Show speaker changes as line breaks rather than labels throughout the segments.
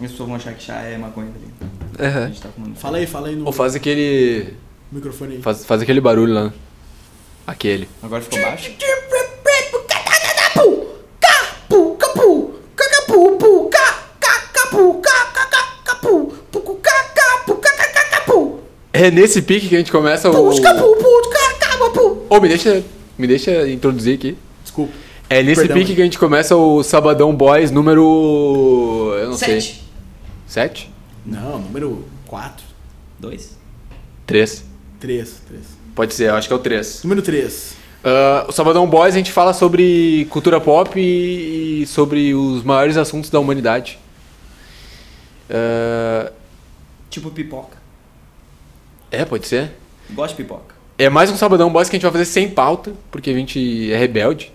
pessoas vão achar que chá é maconha, tá ligado? A
É.
gente tá fumando.
Fala aí, fala aí no
Ou faz aquele.
microfone aí.
Faz, faz aquele barulho lá. Aquele.
Agora ficou baixo?
É nesse pique que a gente começa o. Ô, me deixa. Me deixa introduzir aqui.
Desculpa.
É nesse
Perdão, né?
pique
hein?
que a gente começa o Sabadão Boys número. Eu não sei.
Sete.
Sete?
Não, número 4.
Dois?
Três.
3, 3.
Pode ser, eu acho que é o três.
Número 3.
Ah, o Sabadão Boys a gente fala sobre cultura pop e, e sobre os maiores assuntos da humanidade. Ah,
Tipo pipoca.
é, pode ser.
Gosto de pipoca.
É mais um Sabadão Boys que a gente vai fazer sem pauta, porque a gente é rebelde.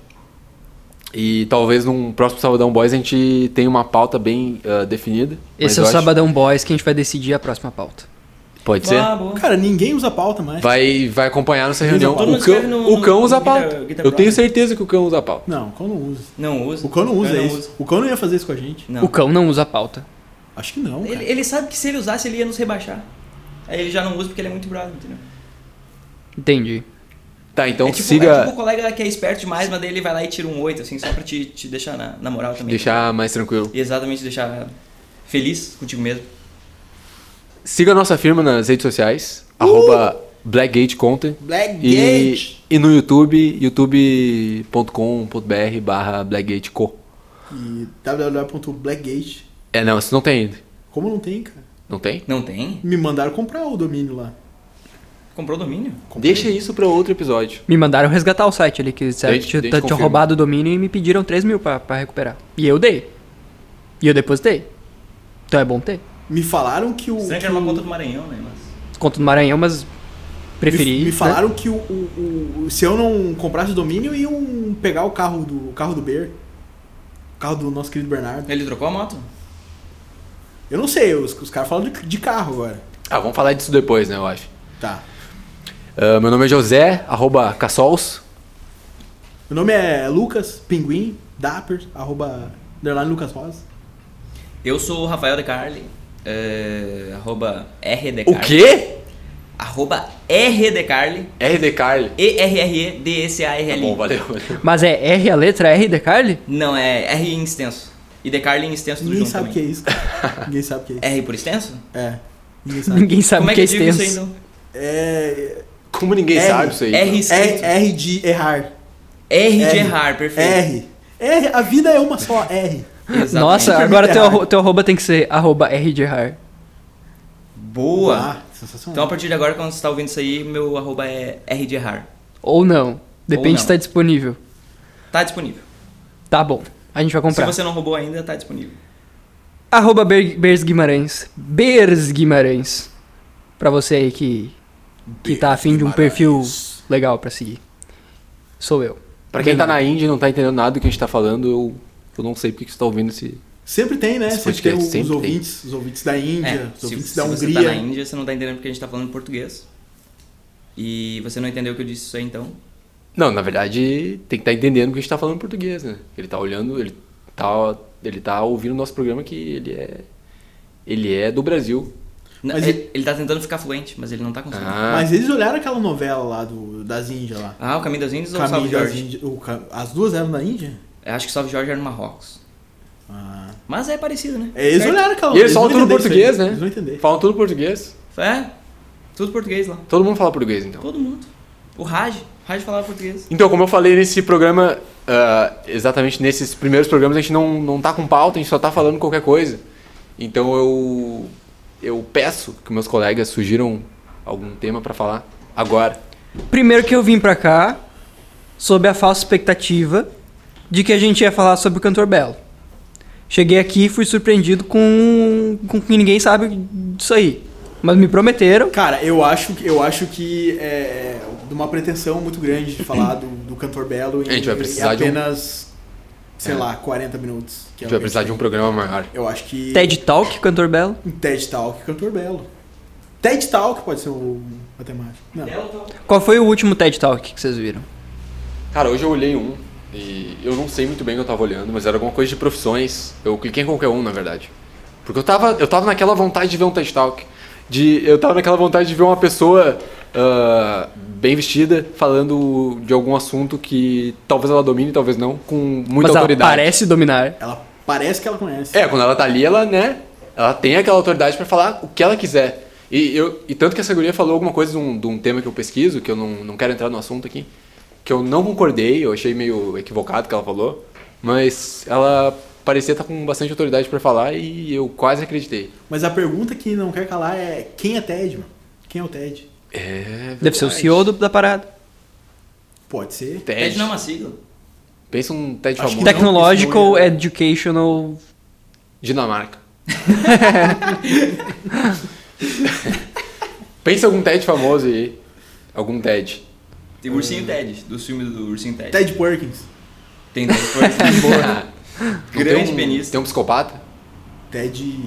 E talvez num próximo Sabadão Boys a gente tenha uma pauta bem ah, definida. mas
Esse é
eu
o
acho-
Sabadão Boys que a gente vai decidir a próxima pauta.
Pode ser?
Ah, boa.
Cara, ninguém usa pauta mais.
Vai, vai acompanhar nossa reunião.
Todo
O
mundo
cão,
escreve no-
o cão
no
usa
Guitar-
pauta.
Guitar
Eu tenho
Pro.
certeza que o cão usa pauta.
Não, o cão não usa.
Não usa.
O cão não usa é
Eu
isso.
uso.
O cão não ia fazer isso com a gente.
Não.
O cão não usa pauta.
Acho que não, cara.
Ele, ele sabe que se ele usasse, ele ia nos rebaixar. Aí ele já não usa porque ele é muito bravo, entendeu?
Entendi.
Tá, então
é tipo,
siga.
é tipo o colega que é esperto demais, mas daí ele vai lá e tira um 8, assim, só pra te, te deixar na, na moral também.
Deixar mais tranquilo.
E exatamente deixar feliz contigo mesmo.
Siga a nossa firma nas redes sociais, arroba Blackgate Content.
Blackgate.
E, e no YouTube, youtube.com.br barra Blackgate Co.
E www.blackgate.
É, não, isso não tem ainda.
Como não tem, cara?
Não tem?
Não tem?
Me mandaram comprar o domínio lá.
Comprou o domínio?
Comprei.
Deixa isso pra outro episódio.
Me mandaram resgatar o site ali, que disseram
Deixa- deixa
que tinha
eu
tinha
confirmar.
roubado o domínio e me pediram 3 mil pra, pra recuperar. E eu dei. E eu depositei. Então é bom ter.
Me falaram que o.
Será que
que
era uma
o-
conta do Maranhão, né? Mas...
Desconto do Maranhão, mas preferi.
Me, me
né?
falaram que o, o- o- se eu não comprasse o domínio, iam pegar o carro do o carro do Ber. O carro do nosso querido Bernardo.
Ele trocou a moto?
Eu não sei, os, os caras falam de, de carro agora.
Ah, vamos falar disso depois, né, eu acho.
Tá.
Ah, meu nome é José, arroba Cassols.
Meu nome é Lucas Pinguim, Dapper, arroba underline Lucas Rosa.
Eu sou o Rafael De Carli, é, arroba R De
O
Carli.
quê?
Arroba R De Carli,
RD Carly. Tá
E-R-R-E-D-S-A-R-L.
bom, valeu, valeu.
Mas é R a letra R de Carly?
Não, é R em extenso. E De Carli em extenso tudo
Ninguém
junto
sabe o que é
também.
isso. cara. Ninguém sabe o que é isso.
R por extenso?
É. Ninguém sabe.
Ninguém sabe
Como
o
é
que
que
é
eu digo isso aí,
extenso.
então?
É.
Como ninguém
R,
sabe isso aí.
R escrito.
É R de errar.
R de errar, perfeito.
R. R. A vida é uma só, R.
então? Exatamente.
Nossa,
Permite
agora teu,
errar.
arro- teu arroba tem que ser arroba R de Har.
Boa.
Ah,
Então, a
sensacional.
partir de agora, quando você tá ouvindo isso aí, meu arroba é R de errar.
Ou não. Depende
não.
se tá disponível.
Tá disponível.
Tá bom. A gente vai comprar.
Se você não roubou ainda, tá disponível.
Arroba Ber Bers Guimarães. Bers Guimarães. Pra você aí que, que tá afim de um perfil legal pra seguir. Sou eu.
Pra quem tá na Índia e não tá entendendo nada do que a gente tá falando, eu, eu não sei porque que você tá ouvindo esse.
Sempre tem, né?
Esse
Sempre tem
podcast
os
sempre tem.
ouvintes, os ouvintes da Índia,
É,
os
se,
ouvintes
se
da
você
Hungria.
tá na Índia, você não tá entendendo porque a gente tá falando em português. E você não entendeu o que eu disse isso aí, então.
Não, na verdade, tem que estar entendendo que a gente tá falando em português, né? Ele tá olhando, ele tá, ele tá ouvindo o nosso programa que ele é. Ele é do Brasil.
Não,
Mas
ele, ele tá tentando ficar fluente, mas ele não tá conseguindo. Ah,
Ah,
Mas eles olharam aquela novela lá do, das Índias lá.
o Caminho das Índias ou o Salve
Caminho das
Jorge?
Índias. o ca- As duas eram da Índia?
Eu acho que o Salve Jorge era no Marrocos.
Ah.
Mas é parecido, né?
É, eles
Certo?
olharam aquela
E eles
vão
falam tudo
entender isso aí,
português, né?
Eles vão entender.
falam tudo português.
É, tudo português lá.
Todo mundo fala português, então.
Todo mundo. O Raj, o Raj falava português.
Então, como eu falei nesse programa, ah, exatamente nesses primeiros programas, a gente não, não tá com pauta, a gente só tá falando qualquer coisa. Então eu, eu peço que meus colegas sugiram algum tema pra falar agora.
Primeiro que eu vim pra cá, sob a falsa expectativa de que a gente ia falar sobre o Cantor Belo. Cheguei aqui e fui surpreendido com, com que ninguém sabe disso aí. Mas me prometeram.
Cara, eu acho, que- eu acho que é é, de uma pretensão muito grande de falar do, do Cantor Belo em,
A gente vai precisar
em
de um- É.
apenas, sei lá, 40 minutos.
A
que
gente
é o
vai
que
precisar de um
tem.
programa maior.
Eu acho que...
TED Talk, Cantor Belo.
Um TED Talk Cantor Belo. TED Talk pode ser o matemático. Não.
Qual foi o último TED Talk que vocês viram?
Cara, hoje eu olhei um e eu não sei muito bem o que eu tava olhando, mas era alguma coisa de profissões. Eu cliquei em qualquer um, na verdade. Porque eu tava, eu tava naquela vontade de ver um TED Talk. De, eu tava naquela vontade de ver uma pessoa ah, bem vestida falando de algum assunto que talvez ela domine, talvez não, com muita
Mas
autoridade.
ela parece dominar.
Ela parece que ela conhece.
É, quando ela tá ali, ela, né? Ela tem aquela autoridade pra falar o que ela quiser. E, eu, e tanto que essa guria falou alguma coisa de um, de um tema que eu pesquiso, que eu não, não quero entrar no assunto aqui, que eu não concordei, eu achei meio equivocado o que ela falou, mas ela parecia estar com bastante autoridade pra falar e eu quase acreditei.
Mas a pergunta que não quer calar é quem é Ted, mano? Quem é o Ted?
É verdade.
Deve ser o CEO do- da parada.
Pode ser.
TED.
TED não é uma sigla.
Pensa um TED
Acho que
famoso.
não,
Technological
não é.
Educational.
Dinamarca. Pensa algum TED famoso aí. Algum TED.
Tem o Ursinho Ted, do filme do Ursinho Ted.
Ted Perkins.
Tem Ted
É,
Force.
Porra.
Grande
tem um,
pianista.
Tem um psicopata?
Ted.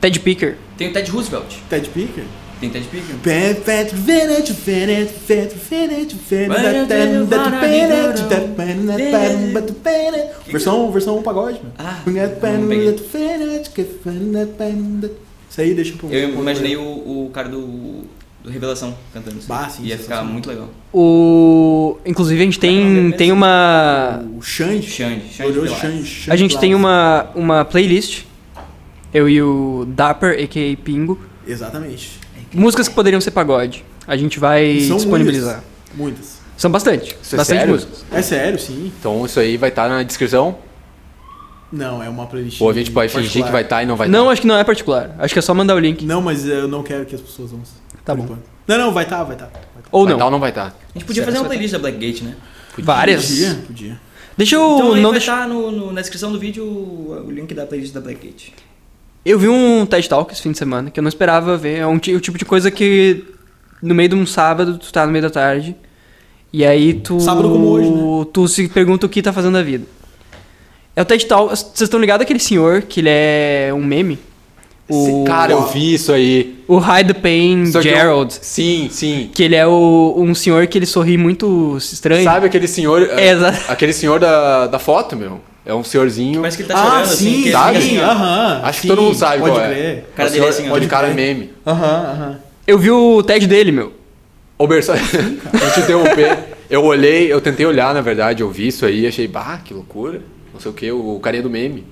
Ted Picker.
Tem o Ted Roosevelt.
Ted Picker?
Tem Ted Picker.
Versão, versão pagode, mano.
Ah, não
Isso aí deixa pro.
Eu imaginei o, o cara do, do Revelação cantando isso.
Bah, sim,
Ia ficar
sensacional.
muito legal.
O. Inclusive, a gente tem, tem uma.
O Xande.
Xande. Xande
Glorioso
Pilates.
Xande. Xande
A gente
Pilates.
tem uma, uma playlist. Eu e o Dapper, a.k.a. Pingo.
Exatamente.
Músicas que poderiam ser pagode. A gente vai
São
disponibilizar.
Muitas.
São bastante.
Isso é
bastante
sério?
músicas.
É sério, sim.
Então isso aí vai estar na descrição.
Não, é uma playlist.
Ou a gente pode fingir que vai estar e não vai
não,
tá.
acho que não é particular. Acho que é só mandar o link.
Não, mas eu não quero que as pessoas vão.
Tá
por
bom.
enquanto. Não, não, vai tá, vai tá. Vai tá.
Ou
vai
não.
tá ou não vai estar.
A gente podia fazer uma playlist da Blackgate, né?
Várias.
Podia, podia.
Deixa
Uh,
eu.
Então aí
não
vai
deixa...
estar no, no- na descrição do vídeo o o link da playlist da Blackgate.
Eu vi um TED Talk esse fim de semana que eu não esperava ver. É um ti- o tipo de coisa que no meio de um sábado, tu tá no meio da tarde. E aí tu.
Sábado como hoje, né?
Tu se pergunta o que tá fazendo da vida. É o TED Talk. Vocês estão ligados àquele senhor que ele é um meme? O,
Cara, eu vi isso aí.
o Hide the Pain
Só que eu-
Gerald.
Sim, sim.
Que ele é o- um senhor que ele sorri muito estranho.
Sabe aquele senhor.
É, exa-
Aquele senhor da, da foto, meu? É um senhorzinho.
Parece que ele tá chorando, assim. que ele
sabe?
fica assim, ó.
aham.
Acho que
Ah, sim,
todo mundo sabe
pode
qual é.
crer.
O cara
É um
dele é
senhor-
assim, ó.
de cara meme.
Aham, aham.
Eu vi o TED dele, meu.
Ô, Bersa, eu te interromper. Eu olhei, eu tentei olhar, na verdade, eu vi isso aí, achei, bah, que loucura. Não sei o que, o, o carinha do meme.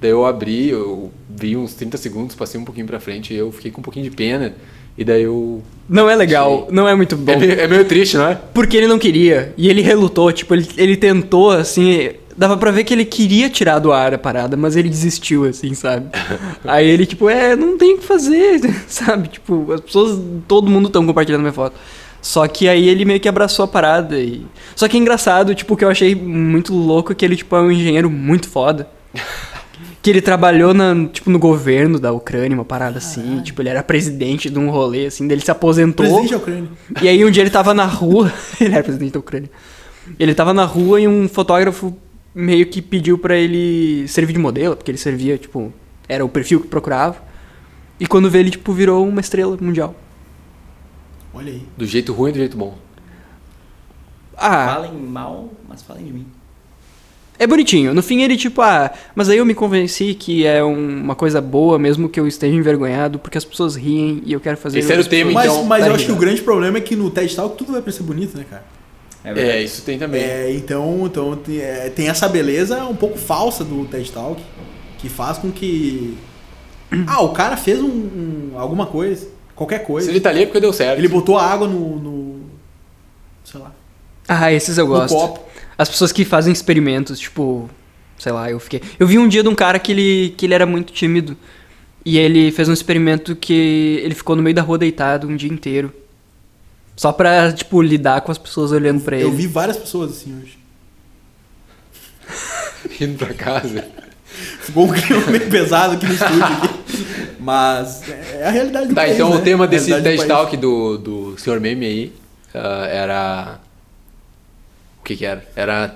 Daí eu abri, eu vi uns 30 segundos, passei um pouquinho pra frente e eu fiquei com um pouquinho de pena. E daí eu.
Não é legal,
Achei.
não é muito bom.
É meio, é meio triste, não é?
Porque ele não queria. E ele relutou, tipo, ele, ele tentou, assim. Dava pra ver que ele queria tirar do ar a parada, mas ele desistiu, assim, sabe? Aí ele, tipo, é, não tem o que fazer, sabe? Tipo, as pessoas, todo mundo tão compartilhando minha foto. Só que aí ele meio que abraçou a parada e... Só que é engraçado, tipo, o que eu achei muito louco é que ele, tipo, é um engenheiro muito foda. Que ele trabalhou, na, tipo, no governo da Ucrânia, uma parada assim. Tipo, ele era presidente de um rolê, assim, daí ele se aposentou.
Presidente da Ucrânia.
E aí um dia ele tava na rua, ele era presidente da Ucrânia. Ele tava na rua e um fotógrafo meio que pediu pra ele servir de modelo, porque ele servia, tipo, era o perfil que procurava. E quando vê ele, tipo, virou uma estrela mundial.
Olha aí.
Do jeito ruim e do jeito bom.
Ah,
Falem mal, mas falem de mim.
é bonitinho. No fim ele, tipo, ah, mas aí eu me convenci que é um- uma coisa boa, mesmo que eu esteja envergonhado, porque as pessoas riem e eu quero fazer.
Esse era o
outras
tema,
pessoas-
Mas,
Então,
mas
tá
eu acho que
ligado.
o grande problema é que no TED Talk tudo vai parecer bonito, né, cara?
É verdade.
É, isso tem também.
É, então então tem, é, tem essa beleza um pouco falsa do TED Talk que faz com que. Ah, o cara fez um, um- alguma coisa, qualquer
Se
coisa.
ele tá ali é porque deu certo.
Ele botou água no. no sei lá.
Ah, esses eu
No
gosto.
copo.
As pessoas que fazem experimentos, tipo, sei lá, eu fiquei. Eu vi um dia de um cara que ele, que ele era muito tímido. E ele fez um experimento que ele ficou no meio da rua deitado um dia inteiro. Só pra, tipo, lidar com as pessoas olhando pra ele.
Eu vi várias pessoas assim hoje.
Indo pra casa.
Ficou um clima meio pesado aqui no estúdio. Aqui. Mas é a realidade do
Tá,
país,
então
né?
o tema
A
desse
realidade do
TED
país.
Talk do, do senhor meme aí ah, era. O que que era? Era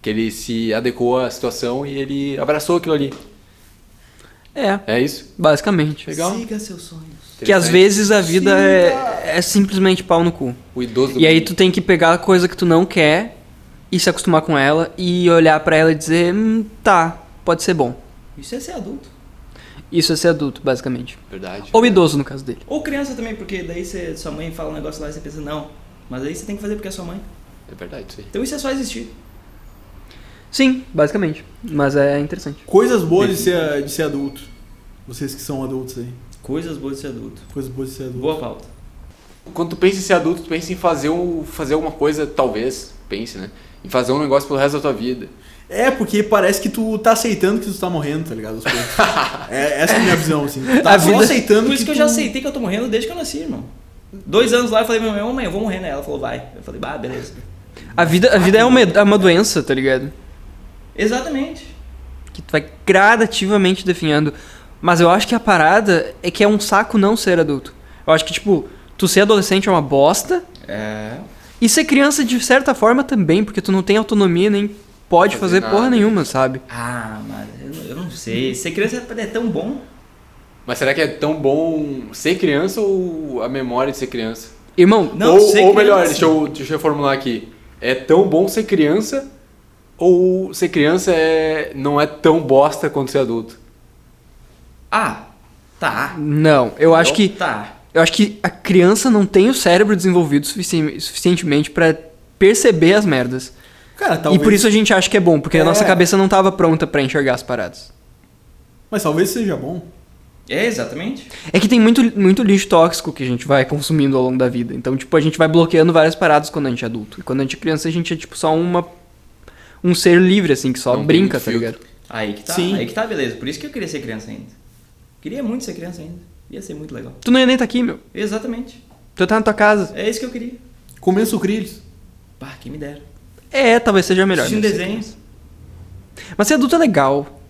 que ele se adequou à situação e ele abraçou aquilo ali.
É,
É isso?
basicamente.
Legal.
Siga seus sonhos.
Que às
Interessante.
vezes a vida
tá.
é, é simplesmente pau no cu.
O idoso do
E aí
meme.
tu tem que pegar a coisa que tu não quer e se acostumar com ela e olhar pra ela e dizer, hum, tá, pode ser bom.
Isso é ser adulto.
Isso é ser adulto, basicamente.
Verdade.
Ou idoso, no caso dele.
Ou criança também, porque daí você, sua mãe fala um negócio lá e você pensa, não. Mas aí você tem que fazer porque é sua mãe.
É verdade isso aí.
Então isso é só existir.
Sim, basicamente. Mas é interessante.
Coisas boas de ser, de ser adulto. Vocês que são adultos aí.
Coisas boas de ser adulto.
Coisas boas de ser adulto.
Boa pauta.
Quando tu pensa em ser adulto, tu pensa em fazer, um, fazer alguma coisa, talvez, pense, né? Em fazer um negócio pelo resto da tua vida.
É, porque parece que tu tá aceitando que tu tá morrendo, tá ligado? As coisas. é, essa é a minha visão, assim. Tu tá
A
só
vida-
aceitando
Por isso que, eu
tu-
já aceitei que eu tô morrendo desde que eu nasci, irmão. Dois anos lá, eu falei pra minha mãe, "Ô, mãe, eu vou morrer, né? Ela falou, vai. Eu falei, bah, beleza.
A vida, a vida é, uma, é uma doença, tá ligado?
Exatamente.
Que tu vai gradativamente definhando. Mas eu acho que a parada é que é um saco não ser adulto. Eu acho que, tipo, tu ser adolescente é uma bosta.
É.
E ser criança, de certa forma, também, porque tu não tem autonomia nem pode
Fazer
fazer, porra
nada.
nenhuma, sabe?
Ah, mas eu, eu não sei. Ser criança é tão bom.
Mas será que é tão bom ser criança ou a memória de ser criança?
Irmão,
Não,
ou,
ser
ou melhor,
criança.
deixa eu, deixa eu formular aqui. É tão bom ser criança ou ser criança é, não é tão bosta quanto ser adulto?
Ah, tá.
não. Eu acho que
Tá.
Eu acho que a criança não tem o cérebro desenvolvido sufici- suficientemente pra perceber as merdas.
Cara, talvez.
E por isso a gente acha que é bom, porque
É.
a nossa cabeça não tava pronta pra enxergar as paradas.
Mas talvez seja bom.
É, exatamente.
É que tem muito, muito lixo tóxico que a gente vai consumindo ao longo da vida. Então, tipo, a gente vai bloqueando várias paradas quando a gente é adulto. E quando a gente é criança, a gente é, tipo, só uma... Um ser livre, assim, que só
Não tem
brinca, tá
filtro.
ligado?
Aí que tá.
Sim.
Aí que tá, beleza. Por isso que eu queria ser criança ainda. Queria muito ser criança ainda. Ia ser muito legal.
Tu não ia nem tá aqui, meu.
Exatamente.
Tu tá na tua casa.
É isso que eu queria.
Comer sucrilhos.
Pá, quem me dera.
É, talvez seja melhor.
Assistindo
né?
desenhos.
Mas ser adulto é legal.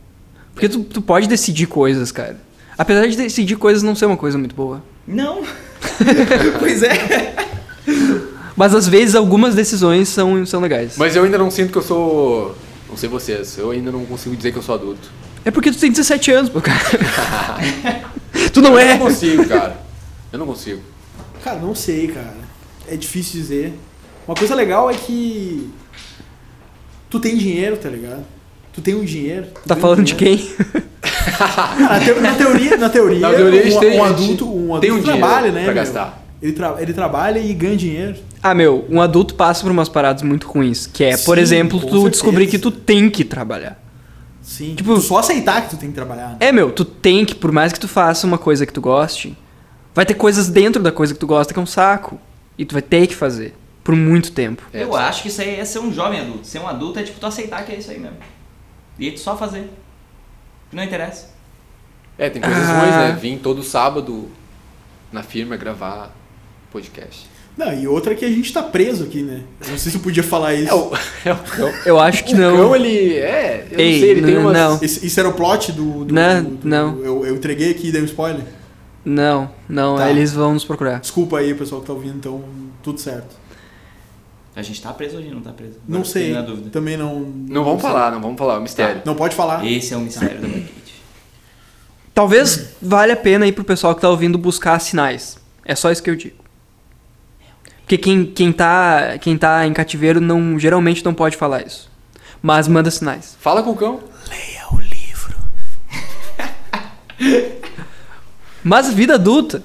Porque tu, tu pode decidir coisas, cara. Apesar de decidir coisas não ser uma coisa muito boa.
Não. pois é.
Mas às vezes algumas decisões são, são legais.
Mas eu ainda não sinto que eu sou. Não sei vocês, eu ainda não consigo dizer que eu sou adulto.
É porque tu tem 17 anos, pô, cara. tu não
Eu
é.
não consigo, cara. Eu não consigo.
Cara, não sei, cara. É difícil dizer. Uma coisa legal é que. Tu tem dinheiro, tá ligado? Tu tem um dinheiro. tu
Tá
tem um
falando de
Uhum.
dinheiro.
quem?
Cara, na, teo- na teoria, na teoria,
Na teoria,
um,
eles têm-
um adulto, um adulto
tem um dinheiro
trabalha, né?
pra
meu?
gastar.
Ele, tra- ele trabalha e ganha dinheiro.
Ah, meu, um adulto passa por umas paradas muito ruins. Que é, por
Sim,
exemplo,
com
tu
certeza.
descobrir que tu tem que trabalhar.
Sim.
Tipo-
tu só aceitar que tu tem que trabalhar. né?
É, meu, tu tem que, por mais que tu faça uma coisa que tu goste, vai ter coisas dentro da coisa que tu gosta que é um saco. E tu vai ter que fazer. Por muito tempo.
É,
eu acho que isso aí é ser um jovem adulto. Ser um adulto é tipo tu aceitar que é isso aí mesmo. E aí tu só fazer. Não interessa.
É, tem coisas
Ah.
ruins, né? Vim todo sábado na firma gravar podcast.
Não, e outra é que a gente tá preso aqui, né? Eu Não sei se eu podia falar isso.
É o, é o cão.
Eu acho que não.
O cão, ele. É, eu
Ei,
não sei, ele tem
não,
umas.
não.
Esse- isso era o plot do. do-
Não,
do- do-
não.
Eu, eu entreguei aqui e dei um spoiler.
Não, não,
Tá.
eles vão nos procurar.
Desculpa aí, pessoal que tá ouvindo, então tudo certo.
A gente tá preso ou a gente não tá preso?
Não
Agora
sei.
fiquei Na dúvida.
Também não.
Não vamos
sei. Tá,
falar, não vamos falar, é um mistério.
Não pode falar.
Esse é o mistério da Kate.
Talvez valha a pena aí pro pessoal que tá ouvindo buscar sinais. É só isso que eu digo. Porque quem, quem, tá, quem tá em cativeiro não, geralmente não pode falar isso. Mas manda sinais.
Fala com o cão.
Mas vida adulta.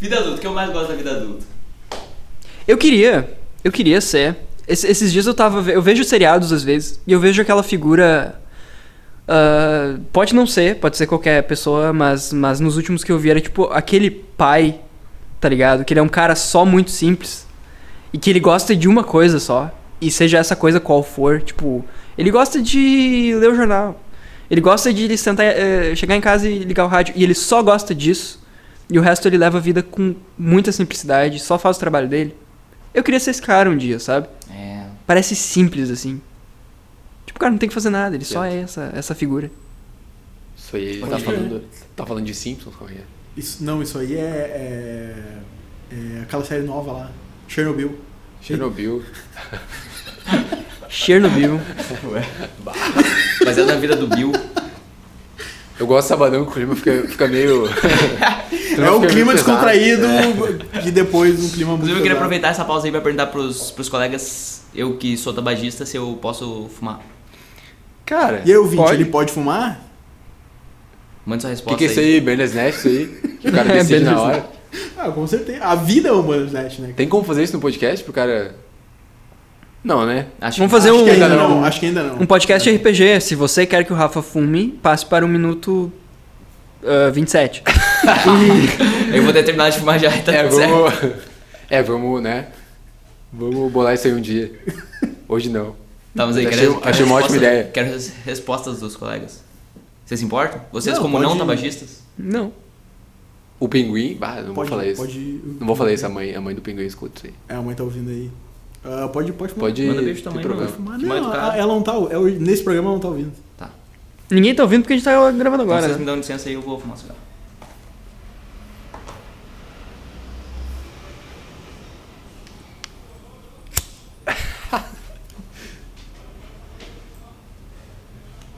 Vida adulta, o que eu mais gosto da vida adulta?
Eu queria. Eu queria ser. Esse- esses dias eu tava. ve- Eu vejo seriados às vezes. E eu vejo aquela figura. ah, pode não ser, pode ser qualquer pessoa, mas, mas nos últimos que eu vi era tipo aquele pai, tá ligado? Que ele é um cara só muito simples. E que ele gosta de uma coisa só. E seja essa coisa qual for, tipo. Ele gosta de ler o jornal. Ele gosta de ele sentar, eh, chegar em casa e ligar o rádio. E ele só gosta disso. E o resto ele leva a vida com muita simplicidade, só faz o trabalho dele. Eu queria ser esse cara um dia, sabe?
É.
Parece simples assim. Tipo, o cara não tem que fazer nada, ele só é essa, essa figura.
Isso aí, ele
Pode
tá
crer.
falando, tá falando de Simpsons, como é? que é?
Isso, não, isso aí é, é- é aquela série nova lá. Chernobyl.
Chernobyl.
Chernobyl.
Mas é da vida do Bill.
Eu gosto de sabadão que o clima fica, fica meio.
É um clima descontraído e depois um clima muito.
Inclusive, eu queria
pesado.
aproveitar essa pausa aí pra perguntar pros, pros colegas, eu que sou tabagista, se eu posso fumar.
Cara.
E aí, ouvinte,
pode.
ele pode fumar?
Manda sua
O que,
resposta
que é isso aí? Bandersnatch, isso aí? Que o cara
É,
decide na
Bandersnatch.
hora.
Ah, com certeza. A vida é um bandersnatch, né?
Tem como fazer isso no podcast pro cara. Não, né?
Acho
Vamos
que-
fazer
acho
um,
que ainda não. acho que ainda não.
um podcast RPG. Se você quer que o Rafa fume, passe para o minuto ah, 27.
Eu vou determinar de fumar já, tá
é,
tudo certo.
vamos. É, vamos, né? Vamos bolar isso aí um dia. Hoje não.
Tá, mas aí,
Achei-
quero,
achei
quero
uma ótima
resposta-
ideia.
Quero as respostas dos colegas. Vocês se importam? Vocês,
Não,
como
pode
não
ir.
tabagistas?
Não.
O pinguim. Bah, não vou falar isso. Não vou falar isso, a mãe, a mãe do pinguim escuta isso aí.
É, a mãe tá ouvindo aí. Ah, pode, pode fumar.
Pode.
Manda beijo
tem
também,
problema.
mano.
Mas
Que mal
não,
educado.
a- ela não tá. ela- nesse programa ela não tá ouvindo.
Ninguém tá ouvindo porque a gente tá gravando
Então,
agora.
vocês
né?
me dão licença aí, eu vou fumar cigarro.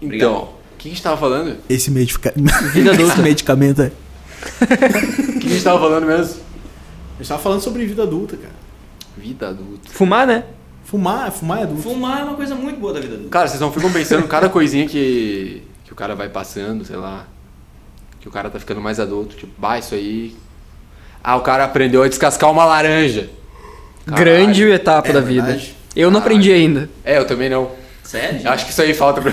Então, o que a gente tava falando?
Esse, medica...
Vida adulta.
Esse medicamento é.
O que a gente tava falando mesmo?
A gente tava falando sobre vida adulta, cara.
Vida adulta.
Fumar, né?
Fumar, fumar é adulto.
Fumar é uma coisa muito boa da vida adulta.
Cara, vocês não ficam pensando cada coisinha que, que o cara vai passando, sei lá. Que o cara tá ficando mais adulto. Tipo, bah, isso aí. Ah, o cara aprendeu a descascar uma laranja. Caralho.
Grande etapa
É
da vida.
verdade.
Eu não
Caralho.
aprendi ainda.
É, eu também não.
Sério?
Eu
gente?
acho que isso aí falta pra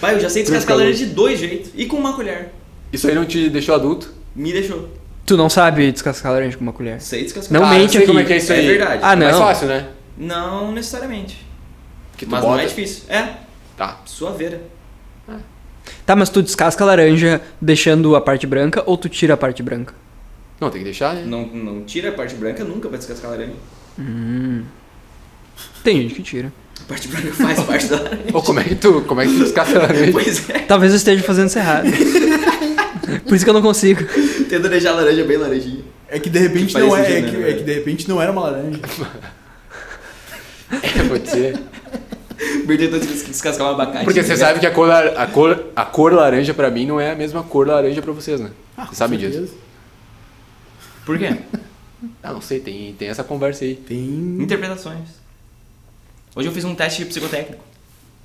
Pai, eu já sei descascar
Truco.
laranja de dois jeitos. E com uma colher.
Isso aí não te deixou adulto?
Me deixou.
Tu não sabe descascar laranja com uma colher.
Sei descascar.
Não
Cara,
mente
sei
aqui.
como é que é isso aí.
É verdade.
Ah,
É mais
não.
fácil, né?
Não necessariamente.
Que tu
mas
bota.
não é difícil. É,
Tá.
sua veira.
Tá, mas tu descasca a laranja deixando a parte branca ou tu tira a parte branca?
Não, tem que deixar, né?
Não, não tira a parte branca nunca vai descascar laranja.
Tem gente que tira.
A parte branca faz parte da laranja.
Ou como é que tu, como é que tu descasca a laranja?
Pois é.
Talvez eu esteja fazendo isso errado. Por isso que eu não consigo.
Tenta deixar a laranja bem laranjinha.
É que de repente
Que
não
país
é, é,
de
que,
janeiro,
é que de repente não era uma laranja.
É, pode ser.
Bertê tentou descascar um abacate.
Porque você sabe que a cor, lar- a, cor, a cor laranja pra mim não é a mesma cor laranja pra vocês, né?
Ah, com
Vocês sabem
certeza.
disso.
Por quê?
Ah, não sei, tem, tem essa conversa aí.
Tem.
Então- Interpretações. Hoje eu fiz um teste psicotécnico.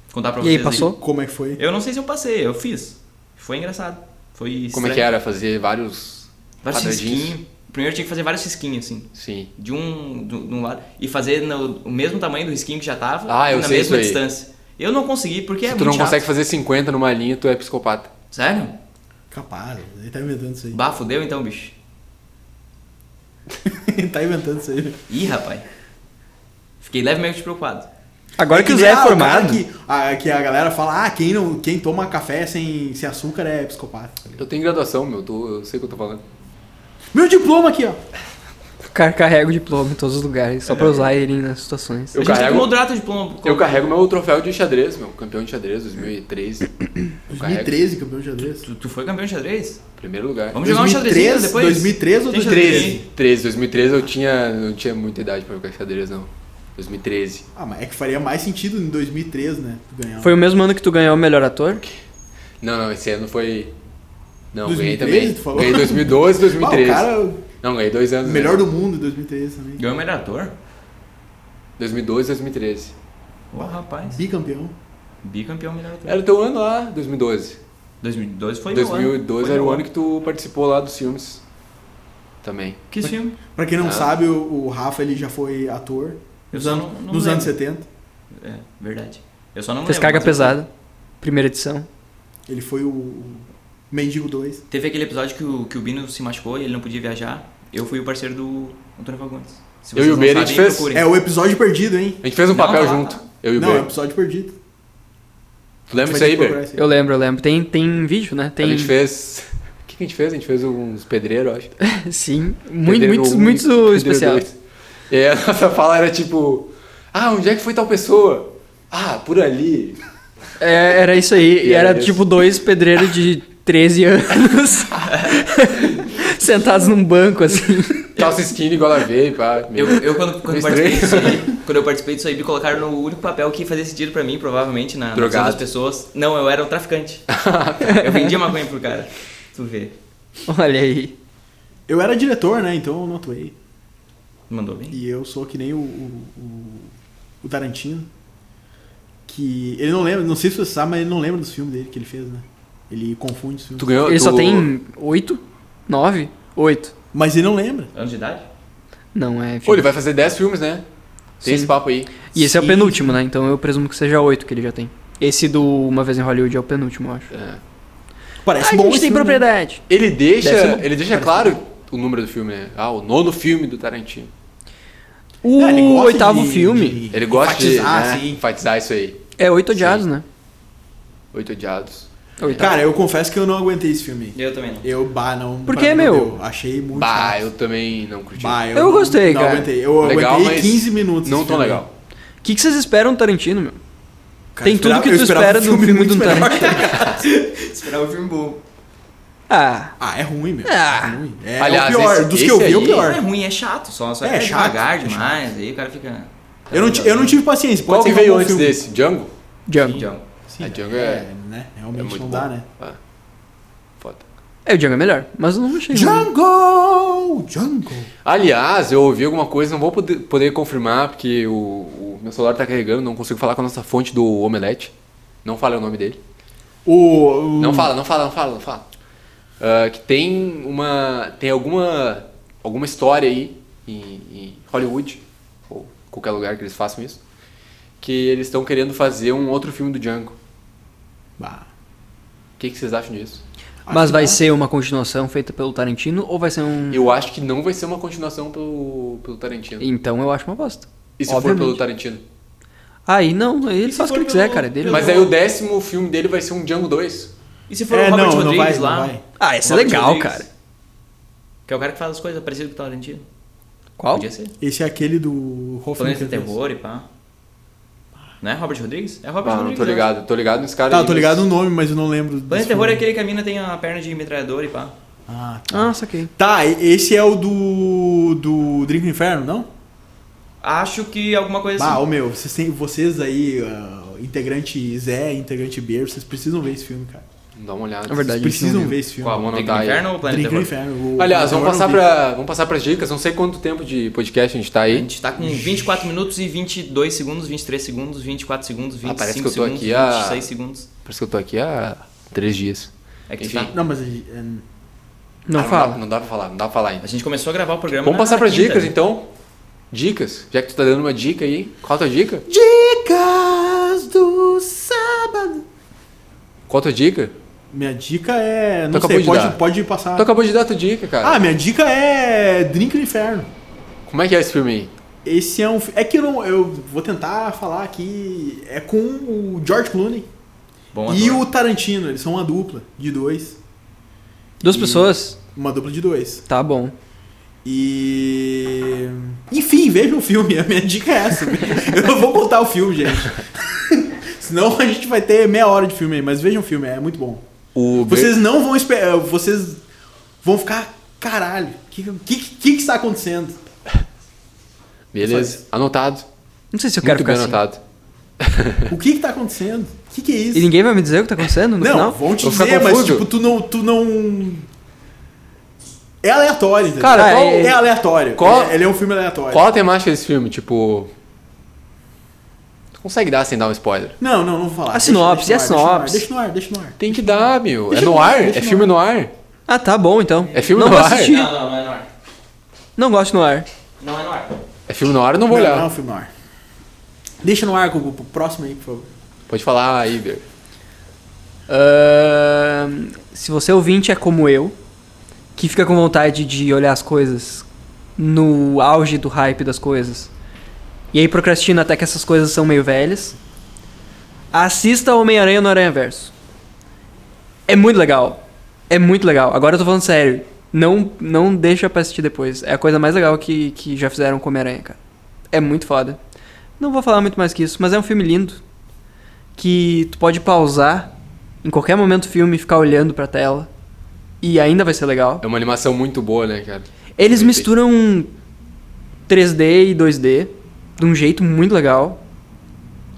Vou contar pra
E
vocês.
aí, passou?
Como é que foi?
Eu não sei se eu passei, eu fiz. Foi engraçado. Foi
Como é que
estranho.
era? Fazer vários.
Vários
Quadradinhos.
risquinhos. Primeiro eu tinha que fazer vários risquinhos, assim.
Sim.
De um, do- de um lado. E fazer no, o mesmo tamanho do risquinho que já tava.
Ah, eu
na
sei
mesma
isso aí.
distância. Eu não consegui, porque é
Se tu
muito
não
chato.
consegue fazer 50 numa linha, tu é psicopata.
Sério?
Capaz, ele tá inventando isso aí.
Bah, fudeu então, bicho.
Ele tá inventando isso aí.
Ih, rapaz. Fiquei levemente preocupado.
Agora
É
que o
nem-
Zé é
ah, cara
formado.
Que a, que a galera fala, ah, quem, não, quem toma café sem, sem açúcar é psicopata. tá ligado?
Eu tenho graduação, meu, tu- eu sei o que eu tô falando.
Meu diploma aqui, ó.
Car carrega o diploma em todos os lugares, só pra usar ele nas situações.
Eu
a gente tem
carrego-
que moldurar teu diploma.
Eu carrego meu troféu de xadrez, meu, campeão de xadrez 2013. Eu carrego
2013, campeão de xadrez.
Tu, tu foi campeão de xadrez?
primeiro lugar.
Vamos jogar um
2003,
xadrezinho depois?
2003 ou
Tem
2013?
xadrezinho?
13, 2013 eu tinha, não tinha muita idade pra jogar xadrez, não. 2013.
Ah, mas é que faria mais sentido em 2013, né? Tu ganhar.
Foi o mesmo ano que tu ganhou o melhor ator?
Não, não, esse ano foi. Não,
2013,
ganhei também.
tu falou?
Ganhei 2012,
ah, o
2013.
cara é o
Não, ganhei dois anos. né?
melhor do mundo em 2013 também.
Ganhou o melhor ator?
2012, 2013.
Ô, rapaz.
Bicampeão.
Bicampeão melhor ator.
Era o teu ano lá, 2012.
2012 foi
2012
meu
era o
Foi
ano
meu
que tu participou lá dos filmes. Também.
Que filme?
Pra quem não
Ah.
sabe, o, o Rafa ele já foi ator
Eu
nos,
só
anos-
não- não
nos
lembro.
anos 70.
É, verdade. Eu só não
Fez
lembro,
carga
mas eu-
pesada. Primeira edição.
Ele foi o, o Mendigo 2.
Teve aquele episódio que o, que o Bino se machucou e ele não podia viajar. Eu fui o parceiro do Antônio Fagundes. Se
Eu
vocês
e o
não
Beira, a gente
sabem,
fez.
procurem.
É o episódio perdido, hein?
A gente fez um
Não,
papel
tá lá,
junto.
tá.
Eu e o
Não, é o
Ber.
episódio perdido.
Tu lembra
Mas
disso aí,
tem que procurar
Ber?
isso aí.
Eu lembro, eu lembro. Tem, tem vídeo, né? Tem.
A gente fez. O que que a gente fez? A gente fez uns pedreiros, acho.
Sim. Muito,
Pedreiro
muito,
um,
muito
pedreiro
especial.
dois. E aí a nossa fala era tipo. Ah, onde é que foi tal pessoa? Ah, por ali.
É, era isso aí. E
E era
era
isso.
tipo dois pedreiros de 13 anos sentados num banco, assim.
Calça skinny igual a veio, pá.
Eu, eu quando, quando,
Meio
participei
estranho.
disso aí, quando eu participei disso aí, me colocaram no único papel que fazia sentido pra mim, provavelmente, na na visão
Drogado.
das pessoas. Não, eu era um traficante. eu vendia maconha pro cara. Tu vê.
Olha aí.
Eu era diretor, né? Então eu não atuei.
Mandou bem?
E eu sou que nem o, o, o- o Tarantino. que ele não lembra, não sei se você sabe, mas ele não lembra dos filmes dele que ele fez, né? Ele confunde os filmes.
Tu ganhou.
Ele
tu-
só tem oito? Nove? Oito.
Mas ele não lembra.
Anos de idade?
Não, é.
Pô, ele vai fazer 10 filmes, né? Tem
Sim.
esse papo aí.
E esse é o
Sim.
penúltimo, né? Então eu presumo que seja oito que ele já tem. Esse do Uma Vez em Hollywood é o penúltimo, eu acho.
É.
Parece
a
bom
gente
esse
tem
filme, né?
propriedade.
Ele deixa,
Deve ser bom.
ele deixa claro o número do filme, né? Ah, o nono filme do Tarantino.
O
É, ele gosta
oitavo
de-
filme
de
Ele gosta
enfatizar,
de né,
sim.
enfatizar isso aí.
é Oito Odiados, né? É
Oito odiados.
Oitavo.
Cara, eu confesso que eu não aguentei esse filme.
Eu também não.
Eu, bah, não. pra
Por que,
mim não
meu?
deu. Achei muito.
Bah,
chato.
eu também não curti.
Bah, é.
Eu
não-
gostei,
não
cara.
Aguentei. Eu
Legal,
aguentei
mas
15 minutos.
não
esse
tão
filme.
legal.
O que, que vocês esperam do Tarantino, meu?
Cara,
tem
eu
tudo
esperava-
que
eu
tu
esperava
espera
um
do
filme
filme
muito
do
melhor.
Tarantino.
Esperava o filme bom.
Ah,
Ah, é ruim, meu.
Ah.
É ruim. É,
Aliás,
o pior.
esse-
Dos
esse
que eu vi, é o
aí-
Não
pior.
é ruim, é chato. Só, só
É,
é,
é chato,
devagar
é chato.
demais. Aí o cara fica.
Eu não, ti- eu não tive paciência.
Qual
pode
que
ser um
veio
bom
antes
filme.
desse? Django?
É.
Django.
Django.
Sim,
A Django
é,
é-
né?
É
Realmente
muito
não
bom.
dá, né?
Ah. Foda.
É, o Django é melhor, mas eu não achei. ruim.
Django! Django!
Aliás, eu ouvi alguma coisa, não vou poder, poder confirmar, porque o, o meu celular tá carregando, não consigo falar com a nossa fonte do Omelete. Não falei o nome dele.
O, o-
Não fala, não fala, não fala, não fala. Ah, que tem uma. Tem alguma. alguma história aí em, em Hollywood, ou qualquer lugar que eles façam isso, que eles estão querendo fazer um outro filme do Django.
Bah.
O que, que vocês acham disso?
Mas
Acho
vai
que
ser uma continuação feita pelo Tarantino ou vai ser um.
Eu acho que não vai ser uma continuação pelo, pelo Tarantino.
Então eu acho uma bosta.
E se for
Obviamente.
pelo Tarantino?
Aí não, aí ele
se
faz o que
for
ele quiser,
pelo-
cara. É dele.
pelo-
Mas aí o décimo filme dele vai ser um Django 2.
E se for
É,
o Robert
não, não vai,
Rodrigues
não
lá?
vai.
Ah, esse é
Robert
legal,
Rodrigues.
cara.
Que é o cara que faz as coisas parecidas com o Tarantino.
Qual?
Podia ser.
Esse é aquele do Hoffman.
Planeta Terror e pá. Não é Robert Rodrigues? É Robert
Ah, não
Rodrigues.
tô ligado, tô ligado nesse cara
Tá,
aí,
eu tô
mas-
ligado no nome, mas eu não lembro. desse
Planeta Terror é
filme.
aquele que a mina tem a perna de metralhadora e pá.
Ah, tá.
Ah, saquei.
Tá, e- esse é o do. do Drink no Inferno, não?
Acho que alguma coisa
Bah,
assim.
ô meu, vocês, têm, vocês aí, ah, integrante Zé, integrante Beer, vocês precisam ver esse filme, cara.
Dá uma olhada.
Na verdade.
Vocês
a gente não
precisam
viu.
ver esse filme.
Qual? Vamos
Drink
anotar aí.
Inferno ou Planeta
Drink no
Terror?
Inferno. o- é um
Aliás,
o
vamos
Terror
passar,
eu não vi.
pra, vamos passar pras dicas. Não sei quanto tempo de podcast a gente tá
A
aí.
gente tá com 24 minutos e 22 segundos, 23 segundos, 24 segundos, 25
Ah, parece que eu tô
segundos,
aqui há-
26 segundos.
Parece que eu tô aqui há três dias.
É que tu
Enfim.
tá.
Não, mas. é,
Não
Ah,
fala.
Dá, não dá pra falar, não dá pra falar ainda.
A gente começou a gravar o programa.
Vamos
na
passar pras
quinta,
dicas
né?
então. Dicas. Já que tu tá dando uma dica aí. Qual a tua dica?
Dicas do sábado.
Qual a tua dica?
Minha dica é.
Tu
Não
acabou
sei,
de dar.
pode, pode passar.
Tu acabou de dar a tua dica, cara.
Ah, minha dica é Drink no Inferno.
Como é que é esse filme aí?
Esse é um. fi- É que eu não. Eu vou tentar falar aqui. É com o George Clooney
Bom
e
ator.
o Tarantino. Eles são uma dupla de dois.
Duas
E-
pessoas?
Uma dupla de dois.
Tá bom.
E. Enfim, vejam o filme. A minha dica é essa. eu não vou contar o filme, gente. Senão a gente vai ter meia hora de filme aí. Mas vejam o filme, é muito bom.
O
Vocês não vão esperar. Vocês vão ficar. Caralho, o que, que, que, que está acontecendo?
Beleza. Anotado.
Não sei se eu quero
Muito
ficar
bem
assim.
anotado.
O que está acontecendo? O que, que é isso?
E ninguém vai me dizer o que tá acontecendo no
não,
final?
vão te
Vou ficar
dizer, mas
confuso?
tipo, tu não. Tu não... É aleatório, entendeu?
Cara,
é,
qual-
é aleatório.
qual-
Ele, ele é um filme aleatório.
Qual a temática desse filme? Tipo. Tu consegue dar sem dar um spoiler?
Não, não, não vou falar.
A sinopse, Então
Deixa-
e a
deixa no ar, Deixa no ar, deixa no ar, deixa no ar.
Tem que dar, meu.
Deixa
é no
eu-
ar?
deixa
É
no
filme
ar.
no ar?
Ah, tá bom então.
É filme
não
no
vou
ar?
assistir.
Não, não, não é no ar.
Não gosto no ar.
Não é no ar.
É filme no ar, eu não vou
não,
olhar.
não é um filme no ar. Deixa no ar, Gugu, pro próximo aí, por favor.
Pode falar aí, Ber.
Ahn, se você ouvinte é como eu, que fica com vontade de olhar as coisas no auge do hype das coisas, e aí procrastina até que essas coisas são meio velhas, assista Homem-Aranha no Aranha Verso. É muito legal. É muito legal. Agora eu tô falando sério. Não, não deixa pra assistir depois. É a coisa mais legal que, que já fizeram com Homem-Aranha, cara. É muito foda. Não vou falar muito mais que isso, mas é um filme lindo. Que tu pode pausar em qualquer momento do filme ficar olhando pra tela e ainda vai ser legal.
É uma animação muito boa, né, cara?
Eles misturam 3D e 2D de um jeito muito legal.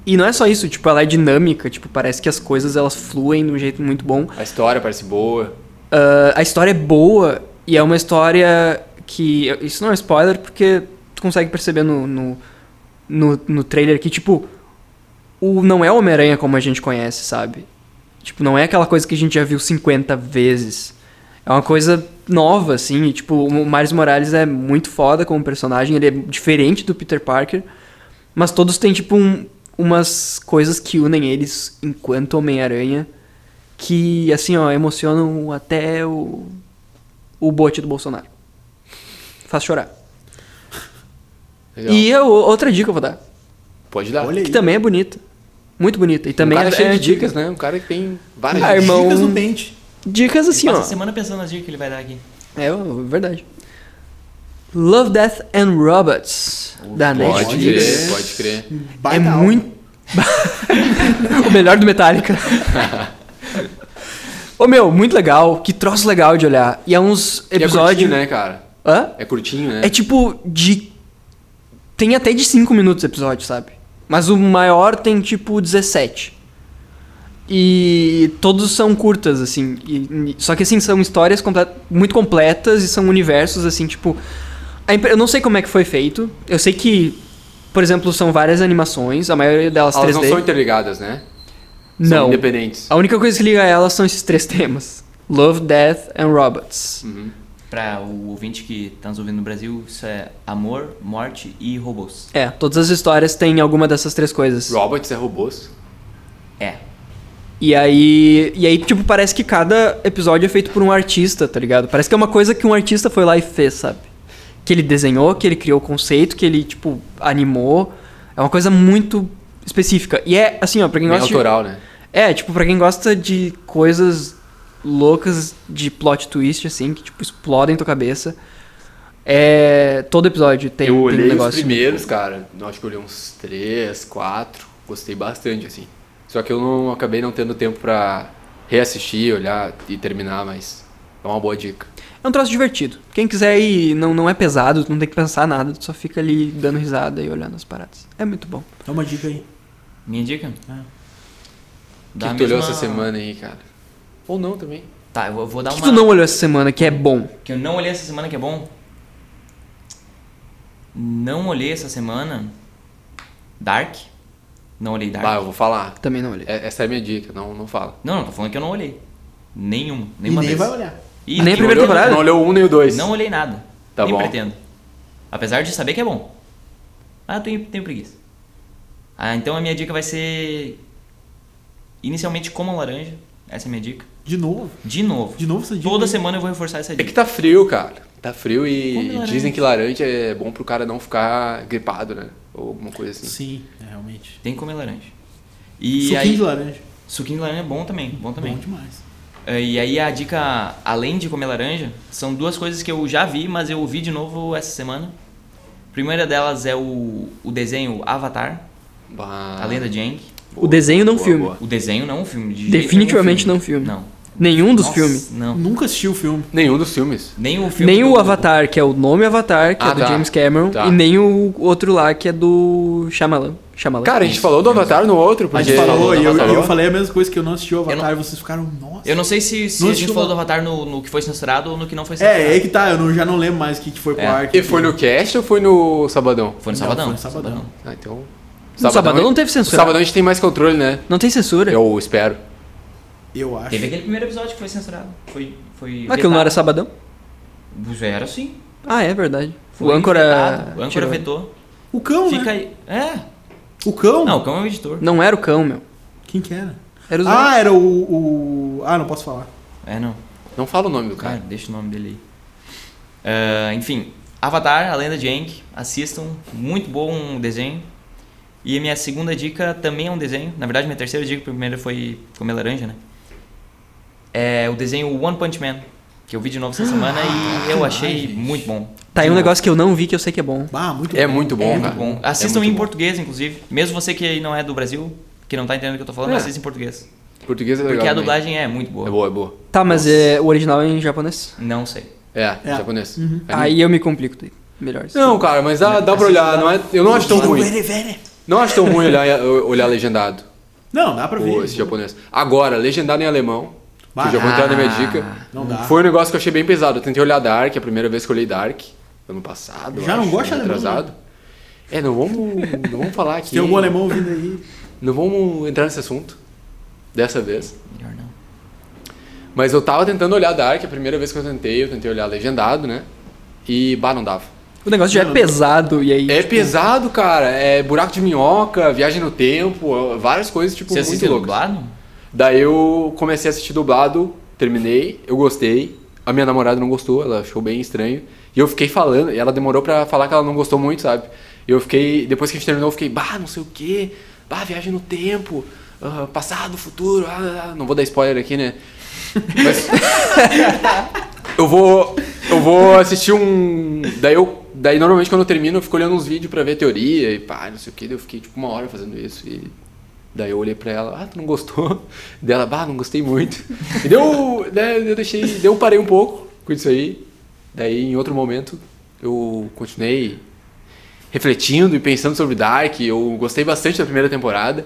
E não é só isso, tipo, ela é dinâmica, tipo, parece que as coisas elas fluem de um jeito muito bom.
A história parece boa.
Ah, a história é boa e é uma história que. Isso não é spoiler, porque tu consegue perceber no, no, no, no trailer que, tipo, o não é o Homem-Aranha como a gente conhece, sabe? Tipo, não é aquela coisa que a gente já viu 50 vezes. É uma coisa nova, assim. e, tipo, o Miles Morales é muito foda como personagem. Ele é diferente do Peter Parker. Mas todos têm, tipo, um- umas coisas que unem eles enquanto Homem-Aranha. Que, assim, ó, emocionam até o, o bote do Bolsonaro. Faz chorar.
Legal.
E eu, outra dica eu vou dar.
Pode dar.
Olha aí.
Que também é bonita. Muito bonita. E também
um cara
é,
cheio
é
de
antiga.
dicas, né? Um cara que tem várias
Ah,
dicas.
irmão.
Dicas do pente.
Dicas assim,
Passa
ó.
a semana pensando nas dicas que ele vai dar aqui.
assim.
É, ó, verdade. Love, Death and Robots, da
Pode,
Pode
crer,
Netflix.
crer.
pode crer.
É
Baita álbum.
muito... o melhor do Metallica. Ô, meu, muito legal. Que troço legal de olhar. E é uns
E é
episódios...
curtinho, né, cara?
Hã?
É curtinho, né?
É tipo de. Tem até de 5 minutos o episódio, sabe? Mas o maior tem tipo 17. E todos são curtas, assim. E- e- só que, assim, são histórias comple- muito completas e são universos, assim, tipo. a impre- eu não sei como é que foi feito. Eu sei que, por exemplo, são várias animações, a maioria delas
Elas
3D.
não são interligadas, né? São
Não.
independentes.
A única coisa que liga elas são esses três temas: Love, Death and Robots.
Uhum.
Pra o ouvinte que tá nos ouvindo no Brasil, isso é amor, morte e robôs.
É, todas as histórias têm alguma dessas três coisas.
Robots é robôs.
É.
E aí, e aí, tipo, parece que cada episódio é feito por um artista, tá ligado? Parece que é uma coisa que um artista foi lá e fez, sabe? Que ele desenhou, que ele criou o conceito, que ele, tipo, animou. É uma coisa muito específica. E é, assim, ó, pra quem
Bem
gosta de-
autoral, né?
É, tipo, pra quem gosta de coisas loucas, de plot twist, assim, que, tipo, explodem tua cabeça, é... Todo episódio tem,
eu
tem
olhei
um negócio.
os primeiros, cara. Eu acho que eu olhei uns três, quatro. Gostei bastante, assim. Só que eu não acabei não tendo tempo pra reassistir, olhar e terminar, mas é uma boa dica.
É um troço divertido. Quem quiser ir, não, não é pesado, tu não tem que pensar nada, tu só fica ali dando risada e olhando as paradas. É muito bom.
Dá Então, uma dica aí.
Minha dica?
É.
O
Dá
que
a
tu olhou
mesma-
essa semana aí, cara? Ou não também.
Tá, eu vou, vou dar
O que
uma.
tu não olhou essa semana que é bom?
que eu não olhei essa semana que é bom. Não olhei essa semana. Dark. Não olhei Dark.
Bah, Tá, eu vou falar.
Também não olhei.
É- Essa é a minha dica, não, não fala.
Não, não, tô falando que eu não olhei. Nenhum.
E
Nenhuma
nem
vez.
vai olhar.
Ih,
Nem a
não
primeira
olhou,
temporada?
Não olhou o um nem o dois.
Não olhei nada.
Tá
nem
bom.
pretendo. Apesar de saber que é bom. Ah, eu tenho, tenho preguiça. Ah, então a minha dica vai ser. Inicialmente, comam laranja. Essa é a minha dica.
De novo.
De novo.
De novo essa dica.
Toda
aí.
semana eu vou reforçar essa
É que
dica.
tá frio, cara. Tá frio
Come
e
laranja.
dizem que laranja é bom pro cara não ficar gripado, né? Ou alguma coisa assim.
Sim, é, realmente.
Tem que comer laranja. E
Suquinho
aí,
de laranja.
Suquinho de laranja é bom também. Bom também.
Bom demais.
É, E aí a dica, além de comer laranja, são duas coisas que eu já vi, mas eu ouvi de novo essa semana. Primeira delas é o, o desenho Avatar,
Bah.
a lenda de Aang.
O desenho, não filme.
O desenho não é um filme. De jeito
Definitivamente
nenhum
não é
Não.
Nenhum Um dos
Nossa,
filmes.
Não.
Nunca assisti o filme.
Nenhum dos filmes.
Nem o filme
Nem
do-
o Avatar, que é o nome Avatar, que
Ah,
é do
tá.
James Cameron,
Tá.
e nem o outro lá, que é do Shyamalan. Shyamalan.
Cara, a gente falou do Avatar no outro,
A
porque...
gente falou, e eu,
Avatar.
eu falei a mesma coisa que eu não assisti o Avatar
Eu não-
e vocês ficaram, nossa.
Eu não sei se, se
Não
a gente
assistiu,
falou do
não.
Avatar no, no que foi censurado ou no que não foi censurado.
É, é aí que tá, eu não- já não lembro mais o que, que foi pro
É.
arte.
E foi no cast ou foi no Sabadão?
Foi no
Não,
Sabadão.
foi no Sabadão.
Ah, então...
No Sabadão não É. teve censura.
Sabadão a gente tem mais controle, né?
Não tem censura.
Eu espero.
Eu acho.
Teve aquele primeiro episódio que foi censurado. Foi. foi
Ah, Aquilo não era Sabadão?
vetado. Era sim.
Ah, é verdade.
Foi
o âncora...
vetado. O âncora
tirou.
vetou.
O cão,
Fica
né?
aí. É.
O cão?
Não, o cão é o editor.
Não era o cão, meu.
Quem que era?
Era os
Ah, era o, o- Ah, não posso falar.
É, não.
Não fala o nome do
Cara,
cara.
deixa o nome dele aí. Ah, enfim, Avatar, a lenda de Aang. Assistam. Muito bom desenho. E a minha segunda dica também é um desenho. Na verdade, minha terceira dica, a primeira foi comer laranja, né? É o desenho One Punch Man, que eu vi de novo essa semana
Ah,
e eu achei
gente.
muito bom.
Tá aí um
Muito
negócio que eu não vi, que eu sei que é bom.
Ah, muito
É
bom.
muito bom,
bom.
cara.
Muito bom. Assistam
É
em
muito bom.
português, inclusive. Mesmo você que não é do Brasil, que não tá entendendo o que eu tô falando,
É.
assista em português.
Português é legal
Porque a
também.
dublagem é muito boa.
É boa, é boa.
Tá, mas é, o original é em japonês?
Não sei.
É,
É.
japonês.
Uhum.
É
Aí eu me complico. daí. Melhor. isso.
Não, cara, mas dá, dá pra olhar. Não é, eu não acho tão ruim.
Vere, vere.
Não acho tão ruim olhar, olhar legendado.
Não, dá pra ver.
Ou esse japonês. Agora, legendado em alemão. Que eu já vou entrar na minha dica.
Ah, Não dá.
Foi um negócio que eu achei bem pesado. Eu tentei olhar Dark, a primeira vez que eu olhei Dark. Ano passado.
Já
eu
não
acho,
gosta
ano
de alemão, né?
atrasado. É, não vamos, não vamos falar aqui.
Tem algum alemão vindo aí?
Não vamos entrar nesse assunto dessa vez.
Melhor não.
Mas eu tava tentando olhar Dark, a primeira vez que eu tentei, eu tentei olhar legendado, né? E bah, não dava.
O negócio já é pesado e aí.
É
tipo,
pesado, cara. É buraco de minhoca, viagem no tempo, várias coisas, tipo,
Você
muito
assistiu
loucas.
dublado?
Daí eu comecei a assistir dublado, terminei, eu gostei. A minha namorada não gostou, ela achou bem estranho. E eu fiquei falando, e ela demorou pra falar que ela não gostou muito, sabe? E eu fiquei, depois que a gente terminou, eu fiquei, bah, não sei o quê, bah, viagem no tempo, ah, passado, futuro, ah, ah, não vou dar spoiler aqui, né? Mas eu vou eu vou assistir um daí eu daí normalmente quando eu termino eu fico olhando uns vídeos pra ver teoria e pá, não sei o que, daí eu fiquei tipo uma hora fazendo isso e daí eu olhei pra ela, ah, tu não gostou? Dela, bah, não gostei muito. E deu, né, eu deixei, daí eu parei um pouco com isso aí. Daí em outro momento eu continuei refletindo e pensando sobre Dark, eu gostei bastante da primeira temporada.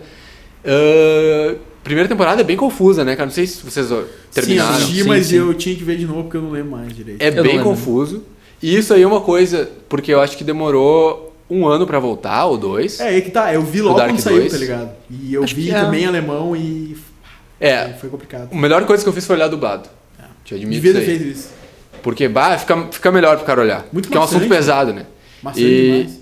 Ahn, primeira temporada é bem confusa, né, cara? Não sei se vocês ó, terminaram.
Sim, eu assisti, mas eu tinha que ver de novo porque eu não lembro mais direito.
É
Eu não
bem
lembro.
confuso. E isso aí é uma coisa, porque eu acho que demorou um ano pra voltar, ou dois.
É, aí que tá. Eu vi
O
logo
Dark
quando saiu,
2?
tá ligado? E eu
Acho
vi
que é.
também em alemão e
É,
foi complicado.
a melhor coisa que eu fiz foi olhar dublado. Te admito
É. Devia
isso
ter
aí.
feito isso.
Porque, bah, fica, fica melhor pro cara olhar.
Muito
porque é um assunto
maçante, né?
pesado, né?
Maçante
E-
demais.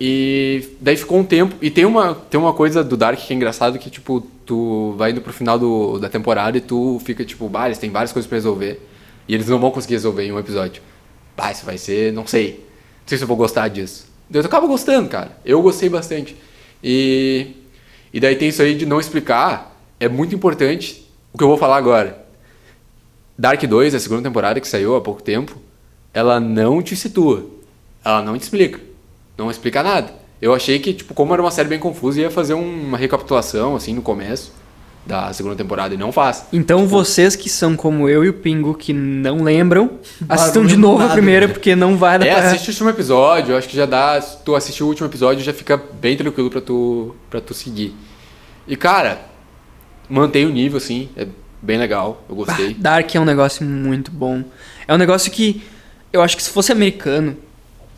E daí ficou um tempo. E tem uma, tem uma coisa do Dark que é engraçado que, tipo, tu vai indo pro final do- da temporada e tu fica, tipo, bah, eles têm várias coisas pra resolver. E eles não vão conseguir resolver em um episódio. Bah, isso vai ser, não sei. Não sei se eu vou gostar disso. Daí Eu acabo gostando, cara. Eu gostei bastante. E, e daí tem isso aí de não explicar. É muito importante o que eu vou falar agora. Dark 2, a segunda temporada que saiu há pouco tempo, ela não te situa. Ela não te explica. Não explica nada. Eu achei que, tipo, como era uma série bem confusa, ia fazer um- uma recapitulação, assim, no começo da segunda temporada, e não faz.
Então vocês que são como eu e o Pingo que não lembram, assistam de
não lembro
novo a
nada.
primeira porque não vai dar
É,
pra...
assiste o último episódio, eu acho que já dá. Se tu assistir o último episódio, já fica bem tranquilo pra tu, pra tu seguir. E, cara, mantém o nível, assim, é bem legal, eu gostei.
Dark é um negócio muito bom. É um negócio que eu acho que se fosse americano,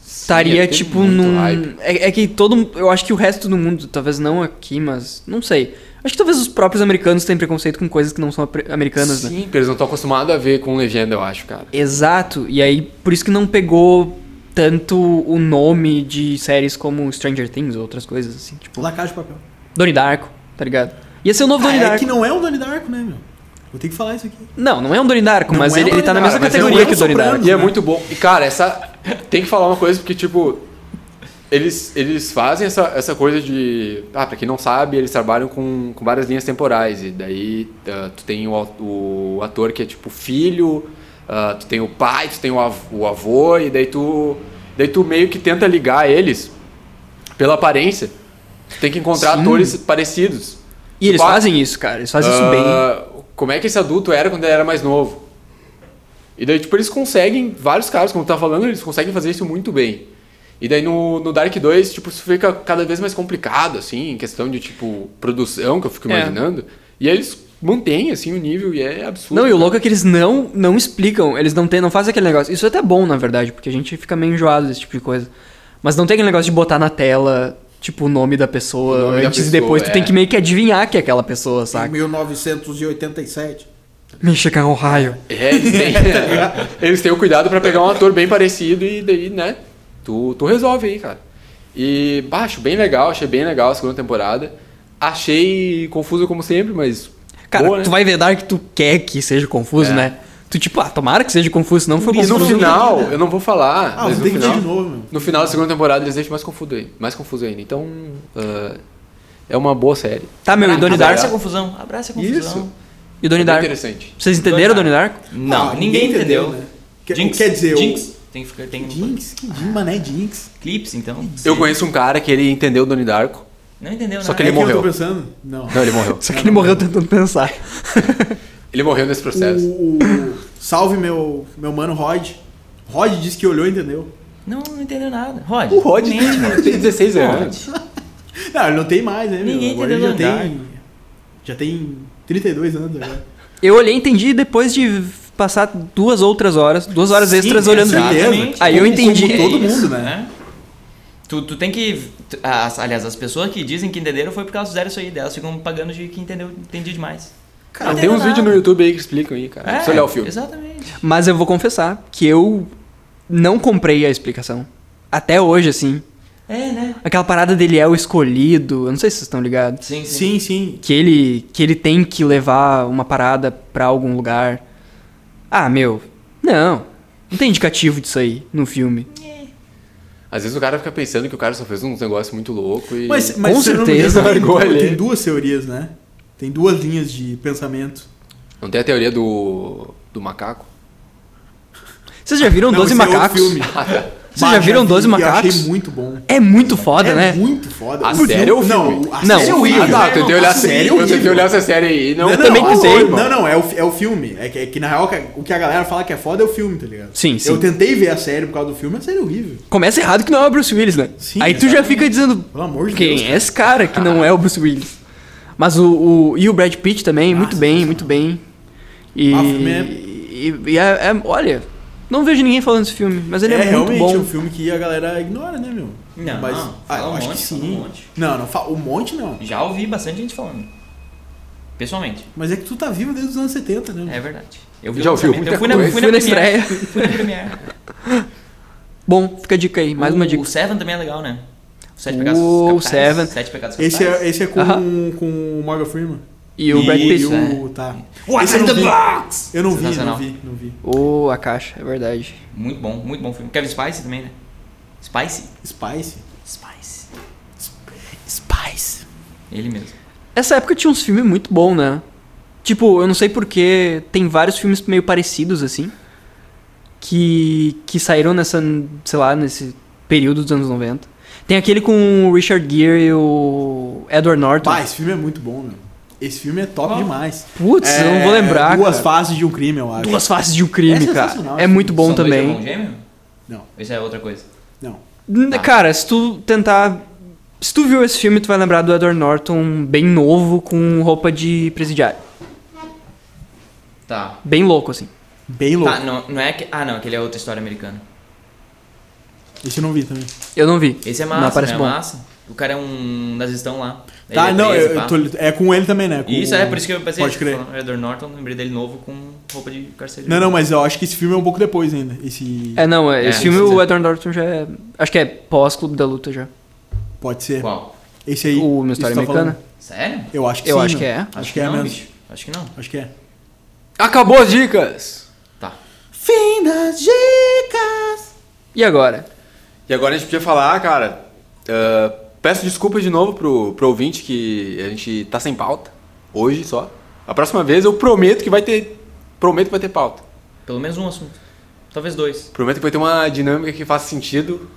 estaria
Sim, tem
tipo
muito
num.
hype.
É, é que todo. Eu acho que o resto do mundo, talvez não aqui, mas. Não sei. Acho que talvez os próprios americanos tenham preconceito com coisas que não são apre- americanas, né?
Sim, porque eles não estão acostumados a ver com legenda, eu acho, cara.
Exato. E aí, por isso que não pegou tanto o nome de séries como Stranger Things ou outras coisas, assim. Tipo,
La Casa de Papel.
Donnie Darko, tá ligado? Ia ser o novo
Ah,
Donnie
é
Darko.
que não é um Donnie Darko, né, meu? Vou ter que falar isso aqui.
Não, não é um Donnie Darko,
Não
mas
é um
ele, ele tá na
Donnie
mesma
Darko, mas é um
categoria que o
Wilson
Donnie Darko.
Branco.
E é
né?
muito bom. E, cara, essa. Tem que falar uma coisa, porque, tipo. Eles, eles fazem essa, essa coisa de. Ah, pra quem não sabe, eles trabalham com, com várias linhas temporais. E daí ah, tu tem o, au- o ator que é tipo filho, ah, tu tem o pai, tu tem o av- o avô, e daí tu. Daí tu meio que tenta ligar eles pela aparência. Tu tem que encontrar
Sim.
atores parecidos.
E eles
Quatro.
fazem isso, cara. Eles fazem isso bem.
Ah, Como é que esse adulto era quando ele era mais novo? E daí, tipo, eles conseguem, vários caras, como tu tá falando, eles conseguem fazer isso muito bem. E daí no, no Dark 2, tipo, isso fica cada vez mais complicado, assim, em questão de, tipo, produção, que eu fico
É.
imaginando. E aí eles mantêm, assim, o nível e é absurdo.
Não, e o
cara.
louco é que eles não, não explicam, eles não tem, não fazem aquele negócio. Isso é até bom, na verdade, porque a gente fica meio enjoado desse tipo de coisa. Mas não tem aquele negócio de botar na tela, tipo, o nome da
O
pessoa
nome da
antes e
pessoa,
depois. Tu
é.
tem que meio que adivinhar que é aquela pessoa,
Em
saca?
1987.
Michigan, Ohio.
É, eles têm, eles têm o cuidado pra pegar um ator bem parecido e daí, né? Tu, tu resolve aí, cara. E baixo, bem legal, achei bem legal a segunda temporada. Achei confuso como sempre, mas.
Cara,
boa, né?
tu vai ver Dark, tu quer que seja confuso,
É.
né? Tu, tipo, ah, tomara que seja confuso, se não foi
E
confuso.
no final, eu não vou falar.
Ah,
mas no
vou ter que ver
final,
de novo, meu.
No final da segunda temporada eles deixam mais confuso ainda. Mais confuso ainda. Então. ah, é uma boa série.
Tá, meu, e Donnie
Ah, Abraça a
Darko?
confusão. Abraça a
Isso.
confusão.
E
É
Donnie
bem
Darko?
interessante.
Vocês entenderam Donnie Darko?
Não,
Ah,
ninguém entendeu.
né? Que- Quer dizer,
Jinx. Tem, que ficar-
o...
tem um
Jinx? Que Jinx, mané Jinx.
clips, então.
Eu conheço um cara que ele entendeu o Donnie Darko.
Não entendeu,
Só
nada.
que ele
é
morreu.
Que eu tô pensando? Não.
Não, ele morreu.
Só que ele morreu tentando pensar.
ele morreu nesse processo.
O, o- salve meu, meu mano Rod. Rod disse que olhou e entendeu.
Não, não entendeu nada. Rod.
O Rod tem
mente, mano.
16 anos.
Não, ele não tem mais, né, meu?
Ninguém
Agora ele
entendeu
já tem.
nada.
Já tem 32 anos agora.
Eu olhei e entendi depois de passar duas outras horas, duas horas
Sim,
extras
é
olhando
certeza.
vídeo. Aí eu
Como- como
entendi.
todo
É isso,
mundo, né?
Tu, tu tem que. tu- as- aliás, as pessoas que dizem que entenderam foi porque elas fizeram isso aí, daí elas ficam pagando de que entendeu, entendi demais.
Ah,
Cara,
tem uns
nada. É,
vídeos no YouTube aí que explicam aí,
É.
cara. Precisa olhar o filme.
Exatamente.
Mas eu vou confessar que eu não comprei a explicação. Até hoje, assim.
É, né?
Aquela parada dele é o escolhido. Eu não sei se vocês estão ligados.
Sim, sim.
Sim, sim.
Que ele, que ele tem que levar uma parada pra algum lugar. Ah, meu. Não. Não tem indicativo disso aí no filme.
Às vezes o cara fica pensando que o cara só fez uns negócios muito loucos e.
Mas,
Com
mas se eu não me
certeza.
engano,
Largou
tem,
ali.
tem duas teorias, né? Tem duas linhas de pensamento.
Não tem a teoria do. do macaco?
Vocês já viram
Não,
12
esse é outro
macacos?
filme.
Vocês
Bah,
já viram
vi,
12
eu
macacos?
achei muito bom.
É muito foda,
é
né?
muito foda.
A
O filme-
série ou o filme?
Não, a
Não,
série é
o
horrível.
Ah, tá, eu tentei olhar
A
essa
série é
Eu tentei
horrível.
olhar essa série aí. Não,
Não, não,
também
ah,
tentei,
oi,
mano.
Não, não, é o, fi- é o filme. É que, é que, na real que- o que a galera fala que é foda é o filme, tá ligado?
Sim, sim.
Eu tentei ver a série por causa do filme, a série é horrível.
Começa errado que não é o Bruce Willis, né?
Sim,
aí tu já
exatamente.
fica dizendo,
Pelo amor de
Quem
Deus.
é esse cara que não é o Bruce Willis? Mas o, o- e o Brad Pitt também,
Ah,
muito bem,
sensacional.
muito bem. E,
Ah, o filme é-
e, e é, é- olha, não vejo ninguém falando desse filme, mas ele é, muito
realmente um
bom.
filme que a galera ignora, né, meu?
Não,
mas
não,
ah,
fala
eu
um
acho
monte,
que
fala um
sim.
monte.
Não, não, fa- um monte não.
Já ouvi bastante gente falando. Pessoalmente.
Mas é que tu tá vivo desde os anos 70, né?
É verdade. Eu vi
Já
o
ouviu
lançamento,
muita
eu fui na,
coisa.
fui
Fui na
premiere,
estreia.
Fui na premiere.
Bom, fica a dica aí, mais uma
O-
dica.
O Seven também é legal, né? O Sete
O
Pecados Capitais.
Seven.
Sete Pecados Capitais.
Esse é, esse é com,
Aham.
com o Morgan Freeman.
E o Brad
e
Pitt,
o-
né?
tá.
What's
Esse eu
in
não
the
vi.
box?
Eu não vi, não
Sensacional.
vi, não vi.
Ô, a caixa, é verdade.
Muito bom, muito bom filme. Kevin Spice também, né? Spice?
Spice?
Spice.
Spice.
Ele mesmo.
Essa época tinha uns filmes muito bons, né? Tipo, eu não sei porque tem vários filmes meio parecidos, assim, que, que saíram nessa, sei lá, nesse período dos anos 90. Tem aquele com o Richard Gere e o Edward Norton.
Pá, esse filme é muito bom, meu. Esse filme é top
Qual?
demais. É,
Putz, eu não vou lembrar,
Duas
cara.
faces de um crime, eu acho.
Duas faces de um crime,
É
cara.
sensacional,
É
esse
muito bom
São dois
também.
irmãos gêmeos?
Não.
Isso é outra coisa.
Não.
N-
Tá.
Ah.
Cara, se tu tentar. Se tu viu esse filme, tu vai lembrar do Edward Norton bem novo, com roupa de presidiário.
Tá.
Bem louco, assim.
Bem louco.
Tá, não, não é que. Ah, não, aquele é outra história americana.
Esse eu não vi também.
Eu não vi.
Esse é
Não,
massa,
parece
né? É
bom.
massa. O cara é um nazistão lá. Ele
tá,
é
não,
preso,
eu-
pá.
eu tô- é com ele também, né? Com
Isso, é por isso que eu pensei.
Pode crer.
tipo, Edward Norton, lembrei dele novo com roupa de carcereiro.
Não, não, mas eu acho que esse filme é um pouco depois ainda. Esse.
É, não, é,
É,
esse filme
isso
o
é.
Edward Norton já é. Acho que é pós-Clube da Luta já.
Pode ser.
Qual?
Esse aí.
o
esse
Uma História
que tu tá
Americana.
falando.
Sério? Acho,
Eu acho que
Eu
sim,
acho
meu.
que é.
Acho, que, é
não,
mesmo.
bicho. Acho que não.
Acho que é.
Acabou as dicas!
Tá.
Fim das dicas!
E agora?
E agora a gente podia falar, cara. ah, peço desculpa de novo pro, pro ouvinte que a gente tá sem pauta. Hoje só. A próxima vez eu prometo que vai ter. Prometo que vai ter pauta.
Pelo menos um assunto. Talvez dois.
Prometo que vai ter uma dinâmica que faça sentido.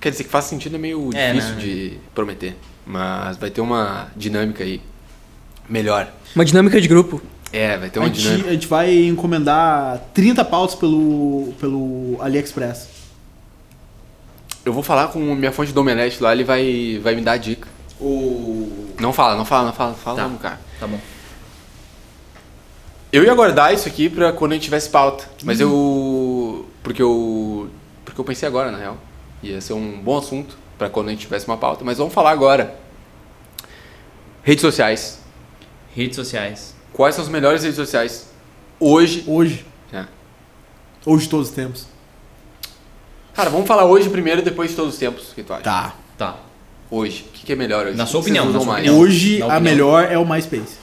Quer dizer, que faça sentido é meio
É,
difícil
né?
de prometer. Mas vai ter uma dinâmica aí melhor.
Uma dinâmica de grupo.
É, vai ter
a,
uma
gente,
dinâmica.
a gente vai encomendar 30 pautas pelo, pelo AliExpress.
Eu vou falar com minha fonte do Omelete lá, ele vai, vai me dar a dica.
O.
Não fala, não fala, não fala, fala
Tá.
não, cara.
Tá bom.
Eu ia guardar isso aqui pra quando a gente tivesse pauta. Mas eu. Porque eu. Porque eu pensei agora, na real. Ia ser um bom assunto pra quando a gente tivesse uma pauta. Mas vamos falar agora. Redes sociais.
Redes sociais.
Quais são as melhores redes sociais hoje?
Hoje.
É.
Hoje de todos os tempos.
Cara, vamos falar hoje primeiro, depois de todos os tempos. O que tu acha?
Tá.
Tá.
Hoje. O que, que é melhor hoje?
Na
O que
sua
que vocês
opinião,
usam
na sua
mais?
opinião.
Hoje
Dá
a
opinião.
melhor é o MySpace.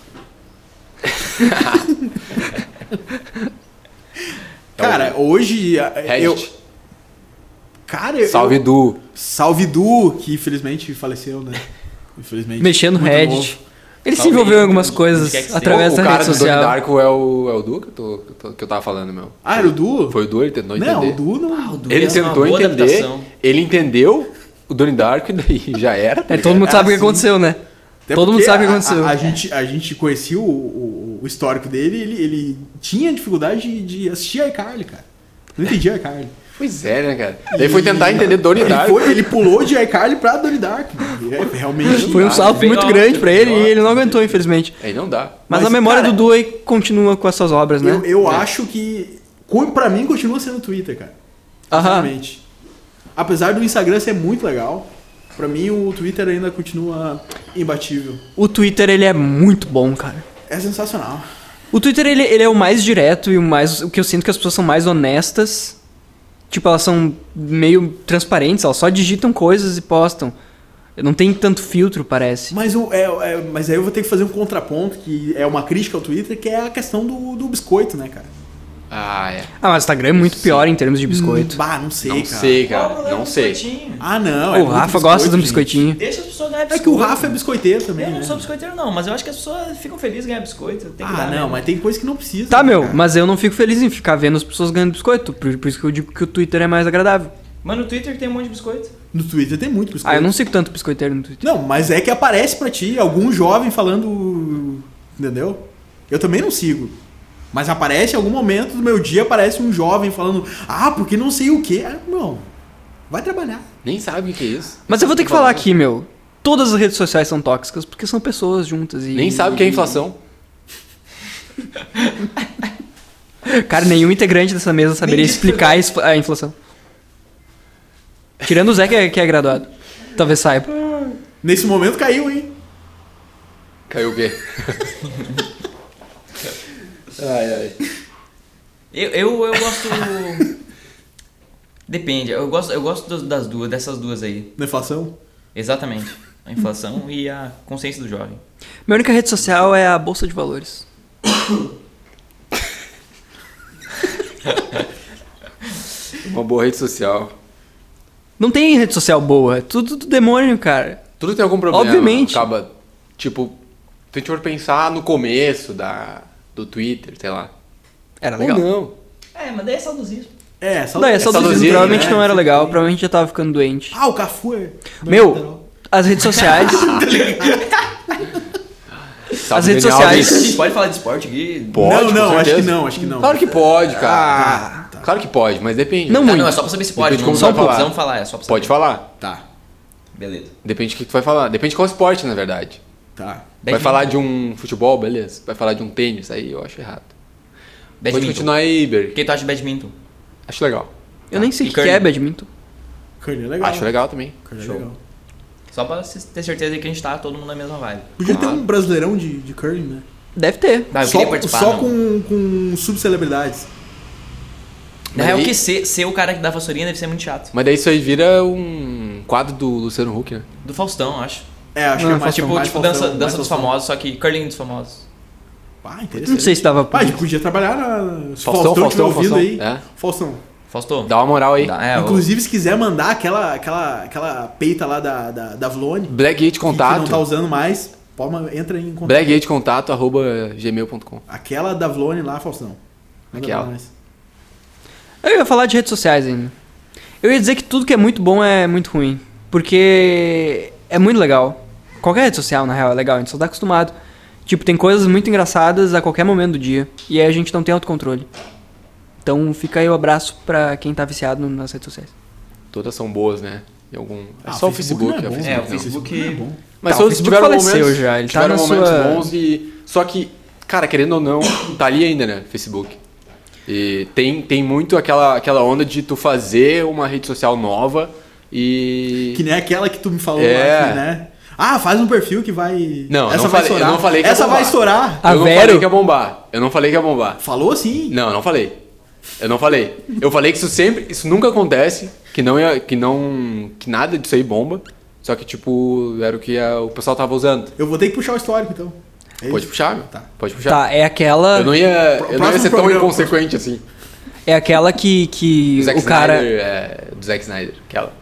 Cara, hoje.
Reddit.
Eu, cara, eu-
Salve Du.
Salve Du, que infelizmente faleceu, né? Infelizmente.
Mexendo no
Muito
Reddit. Ele se
Talvez,
envolveu em algumas
onde
coisas
quer que seja.
através
o
da
cara
rede
do Donnie
social.
Darko é o, é o Du que eu, tô- que eu tô- que eu tava falando, meu.
Ah, era o Du?
Foi o Du, ele tentou entender.
Não, o Du não.
Ah, o Du
Ele
fez uma
tentou
boa
entender,
adaptação.
ele entendeu o Donnie Darko e daí já era. tá
É, todo
ligado?
mundo sabe o que
assim.
aconteceu, né?
Até
todo mundo
porque
sabe o que
a-
aconteceu.
A, a gente, a gente conhecia o, o- o histórico dele, ele, ele tinha dificuldade de, de assistir a iCarly, cara. Não entendia a iCarly.
Pois é, né, cara? Daí foi tentar entender Donnie
Ele,
Darko.
foi- ele pulou de iCarly pra Donnie Dark. É, realmente.
Foi um
dá,
salto
veio
muito
uma-
grande pra ele
veio uma-
e ele não aguentou, infelizmente.
Aí não dá.
Mas,
Mas,
a memória
cara,
do Duay continua com essas obras, né?
Eu, eu acho que. co- Pra mim, continua sendo Twitter, cara.
Aham.
Sinceramente. Apesar do Instagram ser muito legal, Pra mim, o Twitter ainda continua imbatível.
O Twitter, ele é muito bom, cara.
É sensacional.
O Twitter, ele, ele é o mais direto e o mais. O que eu sinto que as pessoas são mais honestas. Tipo, elas são meio transparentes, elas só digitam coisas e postam. Não tem tanto filtro, parece.
Mas, o, é, é- mas aí eu vou ter que fazer um contraponto, que é uma crítica ao Twitter, que é a questão do, do biscoito, né, cara?
Ah, é.
Ah, mas o Instagram é muito pior em termos de biscoito.
Bah, não sei,
não
cara.
sei,
Qual o
cara.
problema
Não
do
sei.
biscoitinho?
Ah, não. é
o
muito
Rafa gosta de um
gente.
biscoitinho.
Deixa as pessoas ganhar
É
biscoito.
que o Rafa é biscoiteiro também.
Eu não
né?
sou biscoiteiro, não, mas eu acho que as pessoas ficam felizes em ganhar biscoito. Tem que
Ah,
dar,
não,
né?
mas tem coisa que não precisa.
Tá,
né,
meu,
cara?
mas eu não fico feliz em ficar vendo as pessoas ganhando biscoito. Por, por isso que eu digo que o Twitter é mais agradável.
Mas no Twitter tem um monte de biscoito.
No Twitter tem muito
Ah,
biscoito.
eu não sigo tanto biscoiteiro no Twitter.
Não, mas é que aparece pra ti algum jovem falando. Entendeu? Eu também não sigo. Mas aparece em algum momento do meu dia, aparece um jovem falando, ah, porque não sei o quê. Ah, não. Vai trabalhar.
Nem sabe o que é isso.
Mas eu vou ter que falar aqui, meu. Todas as redes sociais são tóxicas porque são pessoas juntas e.
Nem sabe o que é inflação.
Cara, nenhum integrante dessa mesa saberia
disse
explicar a infla- a inflação. Tirando o Zé, que é, que é graduado. Talvez saiba.
Nesse momento caiu, hein?
Caiu o quê? ai, ai.
Eu, eu, eu gosto. Depende, eu gosto, eu gosto dos- das duas, dessas duas aí.
Na inflação.
Exatamente. A inflação e a consciência do jovem.
Minha única rede social é a Bolsa de Valores.
Uma boa rede social.
Não tem rede social boa, é tudo do demônio, cara.
Tudo tem algum problema.
Obviamente.
Acaba, tipo, se a gente for pensar no começo da, do Twitter, sei lá.
Era
Ou
legal.
não.
É, mas daí é saudosismo.
É,
Não, é só
saudosismo,
do provavelmente
né?
não era legal, provavelmente já tava ficando doente.
Ah, o Cafu é.
então.
Meu, as redes sociais.
Salve,
redes
Daniel
sociais.
Alves.
pode falar de esporte aqui?
Pode,
não,
com
não, acho
certeza.
que não, acho que não. Ah, tá.
Claro que pode, cara. Ah, Claro que pode, mas depende.
Não
né?
Ah,
muito.
não, é só pra saber se pode.
Depende
Não, não
como tu vai falar.
precisamos falar, é só pra saber.
Pode falar.
Tá,
Beleza.
Depende do que tu vai falar. Depende de qual esporte, na verdade.
tá.
Vai falar de um futebol, beleza. Vai falar de um tênis, aí eu acho errado. Pode
Badminton.
continuar aí, Iber.
O que tu acha de badminton?
Acho legal.
Eu nem sei
E
o que
curling.
é badminton.
Curly é legal.
Acho legal também.
Curly é
Show.
legal.
Só pra se- ter certeza que a gente tá todo mundo na mesma vibe.
Podia
Claro.
ter um brasileirão de, de curling, né?
Deve ter.
Ah, eu
só
queria participar.
só
não.
com, com subcelebridades.
Na
Mas
real,
aí-
que ser, ser o cara da vassourinha deve ser muito chato.
Mas daí isso aí vira um quadro do Luciano Huck, né?
Do Faustão, acho.
É, acho
Não,
que é mais
tipo,
mais
tipo
Faustão,
dança,
mais
dança dos
Faustão.
famosos, só que curling dos famosos.
Ah,
Não
interessante.
sei se dava.
Ah, a gente podia trabalhar na... Se o
Faustão,
Faustão, tiver
Faustão,
ouvindo
Faustão.
aí.
É.
Faustão.
Faustão.
Dá uma moral
um
aí.
Dá- é, o-
Inclusive, se quiser mandar aquela, aquela, aquela peita lá da, da, da Vlone, que-
Blackgate
que não tá
Contato.
usando mais, pode, ma- entra em contato.
Blackgate Contato, arroba gmail.com.
Aquela da Vlone lá, Faustão. Manda
Aquela.
pra nós.
Eu ia falar de redes sociais ainda. Eu ia dizer que tudo que é muito bom é muito ruim. Porque é muito legal. Qualquer rede social, na real, é legal, a gente só tá acostumado. Tipo, tem coisas muito engraçadas a qualquer momento do dia. E aí a gente não tem autocontrole. Então fica aí o abraço pra quem tá viciado nas redes sociais.
Todas são boas, né? Em algum... É
Ah,
só o Facebook.
não
é o
bom, né?
Facebook,
é, o
não.
Facebook-
não é bom.
Mas
Tá, o
todos
Facebook
tiveram
faleceu
momentos,
já, ele tá
tiveram
na
momentos
sua-
bons e... Só que, cara, querendo ou não, tá ali ainda, né? Facebook. E tem, tem muito aquela, aquela onda de tu fazer uma rede social nova e...
Que nem aquela que tu me falou
É.
lá, que, né? Ah, faz um perfil que vai...
Não,
Essa
não
vai
falei- eu
estourar.
não falei que ia
Essa vai
bombar.
estourar.
Ah,
eu não
Vero?
falei que ia bombar. Eu não falei que ia bombar.
Falou sim.
Não, eu não falei. Eu não falei. Eu falei que isso sempre, isso nunca acontece, que não ia, que não, que nada disso aí bomba. Só que tipo, era o que a- o pessoal tava usando.
Eu vou ter que puxar o histórico, então. É
Pode
isso.
puxar, meu.
Tá.
Pode puxar.
Tá, é aquela.
Eu não ia, eu não ia
Próximo
ser tão
programa.
inconsequente assim.
É aquela que, que o cara.
Snyder, é, do Zack Snyder, aquela.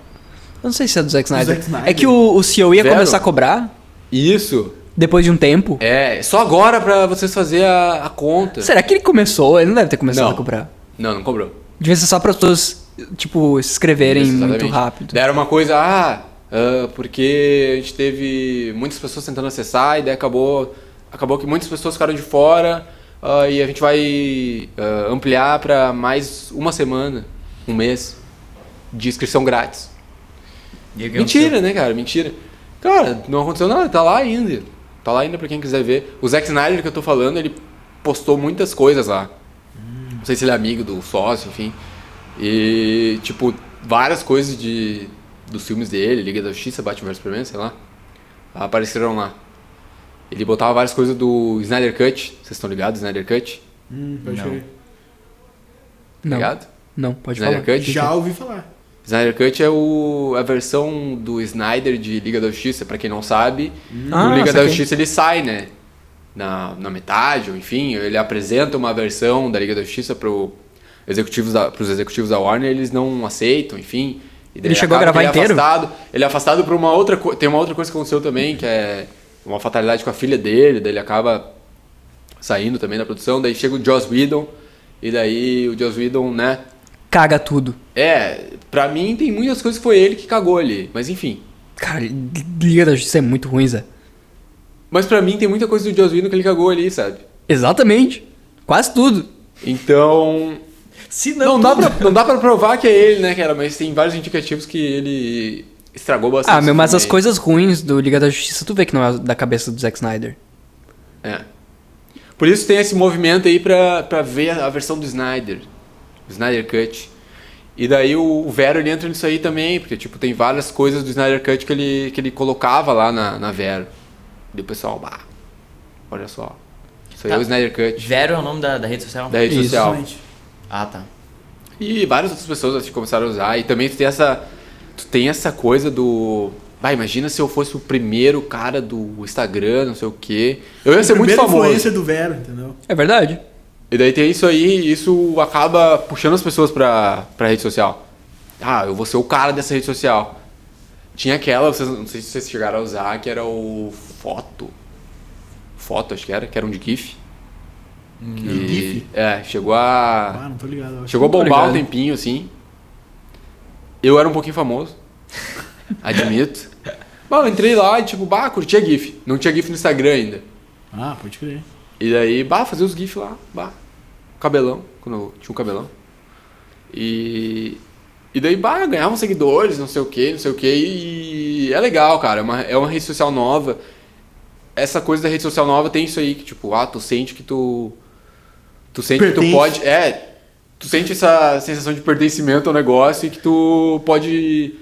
Eu não sei se é do Zack Snyder.
Zack Snyder.
É que o, o CEO ia
Vero?
começar a cobrar
Isso.
depois de um tempo.
É, só agora pra vocês fazer a, a conta.
Será que ele começou? Ele não deve ter começado
Não.
a cobrar.
Não, não cobrou.
Devia ser só para as pessoas, tipo, se inscreverem
Isso,
muito
exatamente. Né,
rápido.
Daí Era uma coisa, ah, ah, porque a gente teve muitas pessoas tentando acessar e daí acabou, acabou que muitas pessoas ficaram de fora ah, e a gente vai ah, ampliar para mais uma semana, um mês de inscrição grátis.
E aí, o é um que
Mentira, né, cara? Mentira. Cara, não aconteceu nada, tá lá ainda. Tá lá ainda pra quem quiser ver. O Zack Snyder que eu tô falando, ele postou muitas coisas lá. Não sei se ele é amigo do sócio, enfim. E, tipo, várias coisas de dos filmes dele, Liga da Justiça, Batman vs Superman, sei lá, apareceram lá. Ele botava várias coisas do Snyder Cut, vocês estão ligados, Snyder Cut?
Hum, pode
Não.
crer.
Não,
tá Ligado? Né,
não, pode
Snyder
falar.
Cut?
Já ouvi falar.
Snyder Cut é o, a versão do Snyder de Liga da Justiça, pra quem não sabe.
Ah,
no Liga da
saquei.
Justiça ele sai, né? Na, na metade, ou enfim, ele apresenta uma versão da Liga da Justiça pro executivos da, pros executivos da Warner, eles não aceitam, enfim. E daí
Ele chegou a
acaba que
gravar inteiro?
É afastado, ele é afastado por uma outra coisa. Tem uma outra coisa que aconteceu também, que é uma fatalidade com a filha dele, daí ele acaba saindo também da produção, daí chega o Joss Whedon, e daí o Joss Whedon, né?
Caga tudo.
É, pra mim tem muitas coisas que foi ele que cagou ali, mas enfim.
Cara, Liga da Justiça é muito ruim, Zé.
Mas pra mim tem muita coisa do Joss Whedon que ele cagou ali, sabe?
Exatamente. Quase tudo.
Então.
Se
Não,
não,
dá, pra, não dá pra provar que é ele, né, cara? Mas tem vários indicativos que ele estragou bastante.
Ah, meu, mas as
também.
coisas ruins do Liga da Justiça, tu vê que não é da cabeça do Zack Snyder.
É. Por isso tem esse movimento aí pra, pra ver a versão do Snyder. O Snyder Cut. E daí o, o Vero ele entra nisso aí também, porque tipo, tem várias coisas do Snyder Cut que ele, que ele colocava lá na, na Vero. E o pessoal, bah, olha só. Isso aí
Tá.
é o Snyder Cut
Vero é o nome da, da rede social?
da rede
Isso.
social.
Realmente.
Ah, tá.
E várias outras pessoas acho que começaram a usar. E também tu tem essa. Tu tem essa coisa do. Vai, imagina se eu fosse o primeiro cara do Instagram, não sei o quê. Eu ia ser muito
Primeira
famoso.
influencer do Vero, entendeu?
É verdade.
E daí tem isso aí, e isso acaba puxando as pessoas pra, pra rede social. Ah, eu vou ser o cara dessa rede social. Tinha aquela, vocês, não sei se vocês chegaram a usar, que era o Foto. Foto, acho que era, que era um de GIF. Que-
Hum, GIF?
É, chegou a.
Ah, não tô ligado. eu acho.
Chegou a bombar
Obrigado.
um tempinho, assim. Eu era um pouquinho famoso. Admito. Bom, eu entrei lá e, tipo, bah, curtia GIF. Não tinha GIF no Instagram ainda.
Ah, pode crer.
E daí, bah, fazia os GIF lá, bah. Cabelão, quando eu tinha um cabelão. E. E daí, bah, eu ganhava uns seguidores, não sei o que, não sei o que. E é legal, cara. É uma, é uma rede social nova. Essa coisa da rede social nova tem isso aí, que tipo, ah, tu sente que tu. Tu sente que
Pertence.
tu pode. É. Tu sente essa sensação de pertencimento ao negócio e que tu pode.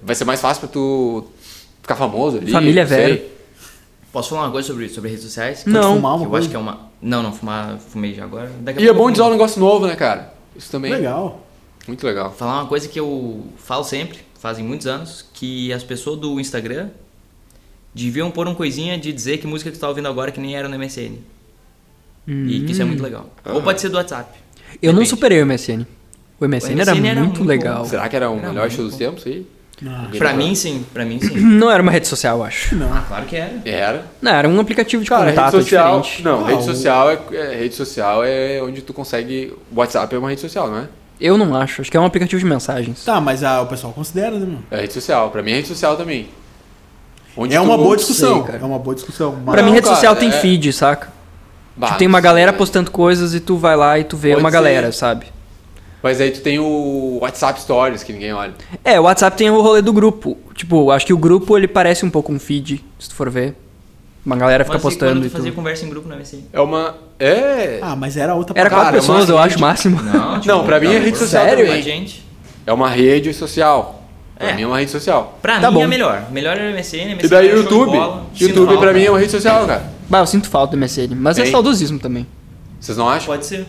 Vai ser mais fácil pra tu ficar famoso ali.
Família
não sei.
Vera.
Posso falar uma coisa sobre, sobre redes sociais?
Não.
fumar uma
eu
coisa?
acho que é uma. Não, não, fumar, fumei já agora. Daqui a
E
pouco
é
eu
bom
fumo.
dizer um negócio novo, né, cara? Isso também.
Legal.
Muito legal.
Falar uma coisa que eu falo sempre, fazem muitos anos, que as pessoas do Instagram deviam pôr uma coisinha de dizer que música que tu tá ouvindo agora que nem era no MSN. E
Hum.
que isso é muito legal. Ou pode ser do WhatsApp.
Eu não
Depende.
superei o MSN. O MSN,
O
era,
MSN era
muito
muito
legal.
bom.
Será que era o
Era
melhor
muito
show dos
bom.
tempos aí?
Ah,
Pra mim sim, pra mim sim.
Não era uma rede social, eu acho.
Ah,
não.
claro que era.
É, Era.
Não, era um aplicativo de
Cara,
contato
rede social.
diferente.
Não,
Ah,
rede
o-
social é, é- Rede social é onde tu consegue. WhatsApp é uma rede social, não é?
Eu não acho. Acho que é um aplicativo de mensagens.
Tá, mas ah, o pessoal considera, né, mano?
É rede social. Pra mim é rede social também. Onde
É
tu-
uma boa discussão.
cara.
É uma boa discussão. mas-
pra mim,
não,
rede social
cara,
tem
é-
feed, saca?
Bah,
tipo, tem
não
uma
sei,
galera
né?
postando coisas e tu vai lá e tu vê
Pode
uma
ser.
galera, sabe?
Mas aí tu tem o WhatsApp Stories, que ninguém olha.
É, o WhatsApp tem o rolê do grupo. Tipo, acho que o grupo ele parece um pouco um feed, se tu for ver. Uma galera fica
Mas e
postando
quando
e
tu fazia
tudo.
conversa em grupo no MSN?
É uma. É.
Ah, mas era outra
Era
Cara,
quatro
é uma
pessoas, eu
rede.
acho, máximo.
Não,
Não, pra mim é rede
por-
social
sério,
também.
a gente.
É uma rede social. Pra
É.
mim é uma rede social.
Pra
Tá
mim
bom.
é melhor. Melhor era o MSN, MSN
E daí
era
o
show de
YouTube.
bola. Sinto
YouTube
falta.
pra mim é uma rede social, cara.
Bah, eu sinto falta do MSN, mas é
Tem.
saudosismo também.
Vocês não acham?
Pode ser.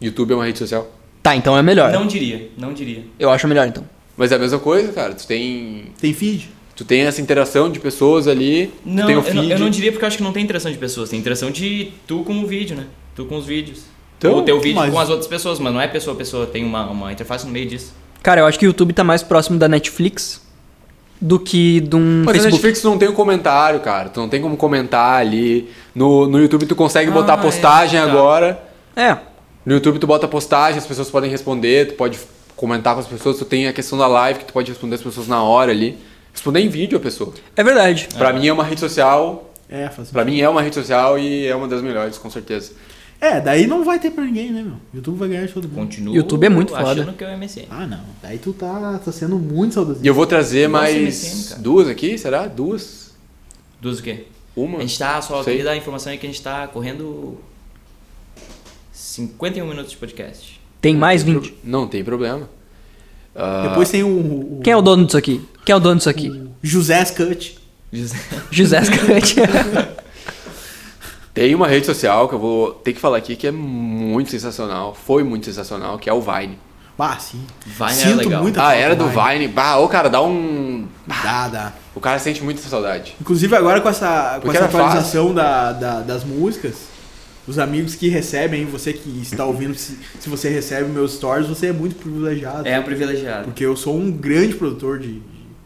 YouTube é uma rede social.
Tá, então é melhor.
Não diria, não diria.
Eu acho melhor, então.
Mas é a mesma coisa, cara. Tu tem
Tem feed?
Tu tem essa interação de pessoas ali,
Não,
tu tem o
eu
feed.
não, eu não diria porque eu acho que não tem interação de pessoas, tem interação de tu com o vídeo, né? Tu com os vídeos.
Então,
Ou o teu vídeo
mas-
com as outras pessoas, mas não é pessoa a pessoa, tem uma, uma interface no meio disso.
Cara, eu acho que o YouTube tá mais próximo da Netflix do que de um
Mas na
Facebook.
Netflix tu não tem o comentário, cara. Tu não tem como comentar ali. No, no YouTube tu consegue botar
Ah,
postagem
é, tá.
agora.
É,
No YouTube tu bota postagem, as pessoas podem responder, tu pode comentar com as pessoas. Tu tem a questão da live que tu pode responder as pessoas na hora ali. Responder em vídeo a pessoa.
é verdade.
Pra mim é uma rede social.
É, faz
Pra mim é uma rede social e é uma das melhores, com certeza.
É, daí não vai ter pra ninguém, né, meu? YouTube vai ganhar de todo mundo.
Continua.
YouTube é muito
achando
foda.
que é o MSN.
Ah, não. Daí tu tá, tá sendo muito saudosista.
E eu vou trazer
Nossa,
mais
MSN, cara.
duas aqui, será? Duas?
Dos o quê?
Uma?
A gente tá, só
Sei.
queria dar a informação aí que a gente tá correndo 51 minutos de podcast.
Tem mais 20.
Não tem problema. Ah,
Depois tem o, o-
um, Quem é o dono disso aqui? Quem é o dono disso aqui?
José Scut.
José.
José Scante.
Tem uma rede social que eu vou ter que falar aqui que é muito sensacional, foi muito sensacional, que é o Vine.
Ah, sim.
Vine
Sinto
era né, legal.
muita
Ah,
falta
era
do
do Vine. Bah, ô cara, dá um.
Dá, dá.
O cara sente muita saudade.
Inclusive agora com essa, com
Porque
essa
era fácil.
atualização da, da- das músicas, os amigos que recebem, você que está ouvindo, se, se você recebe meus stories, você é muito privilegiado.
É um privilegiado.
Porque eu sou um grande produtor de, de,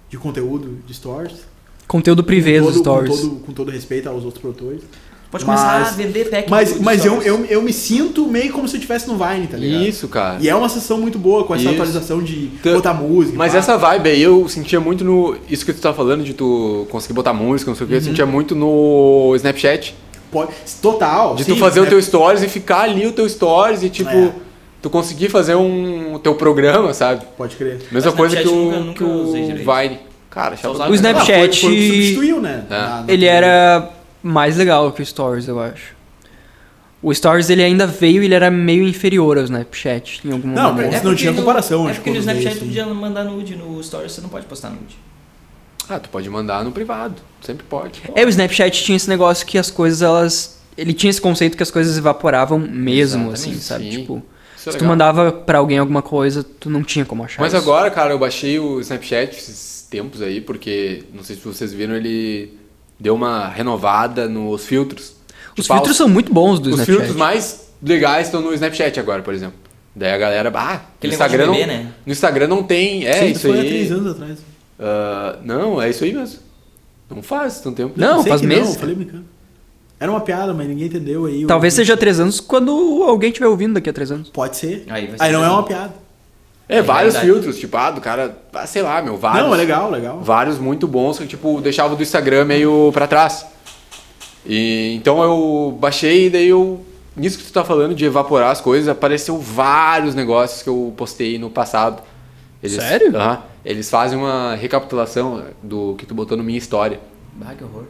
de conteúdo de stories.
Conteúdo privê dos
Todo-
stories.
Com todo, com todo respeito aos outros produtores.
Pode começar
Mas-
a vender pack.
Mas,
do-
mas
do
eu,
É Stories.
eu, eu me sinto meio como se eu estivesse no Vine, tá ligado?
Isso, cara.
E é uma sessão muito boa com essa
Isso.
atualização de
Tá-
botar música.
Mas
pá.
essa vibe aí eu sentia muito no. Isso que tu tá falando de tu conseguir botar música, não sei o que,
Uhum.
eu sentia muito no Snapchat.
Pode- Total.
De
sim,
tu fazer o
né?
teu stories e ficar ali o teu stories e tipo.
É.
Tu conseguir fazer um. o teu programa, sabe?
Pode crer.
Mesma
Mas
coisa que
Snapchat
o,
nunca- nunca
que o
usei direito.
Vine. Cara, achava
usava
do
pra
O
caralho.
Ah, foi- foi o que
Snapchat.
substituiu, né?
É.
Na- na-
Ele era mais legal que o Stories, eu acho. O Stories ele ainda veio e ele era meio inferior ao Snapchat em algum
Não,
momento.
mas- não
porque
tinha
no-
comparação,
É
acho
porque
que
no
quando veio,
Snapchat tu
assim.
podia mandar nude, no Stories você não pode postar nude.
Ah, tu pode mandar no privado. Sempre pode.
É, o Snapchat tinha esse negócio que as coisas, elas. Ele tinha esse conceito que as coisas evaporavam mesmo,
Exatamente,
assim, sabe?
sim.
Tipo,
Isso é
se tu
legal.
mandava pra alguém alguma coisa, tu não tinha como achar.
Mas
isso.
agora, cara, eu baixei o Snapchat esses tempos aí, porque não sei se vocês viram, ele deu uma renovada nos filtros.
Os
Tipo, ah,
filtros são muito bons do
Os
Snapchat.
filtros mais legais estão no Snapchat agora, por exemplo. Daí a galera, ah, no
Aquele negócio de
Instagram,
bebê,
não,
né?
no Instagram não tem, é
Sim,
isso
foi há
aí.
três
né?
anos atrás.
Ah, não, é isso aí mesmo. Não faz tanto tempo.
Não,
sei
faz
que
meses,
Não, falei brincando. Era uma piada, mas ninguém entendeu aí. o-
Talvez seja há três anos quando alguém estiver ouvindo daqui a três anos.
Pode ser.
Aí
Aí,
vai ser
não é
legal.
uma piada.
É,
É
vários
verdade.
filtros, tipo, ah, do cara, ah, sei lá, meu, vários.
Não, é legal, legal.
Vários muito bons que, tipo, deixava o do Instagram meio pra trás. E, então eu baixei e daí eu. Nisso que tu tá falando de evaporar as coisas, apareceu vários negócios que eu postei no passado. Eles-
Sério?
Aham. eles fazem uma recapitulação do que tu botou no Minha História.
Ah, que horror.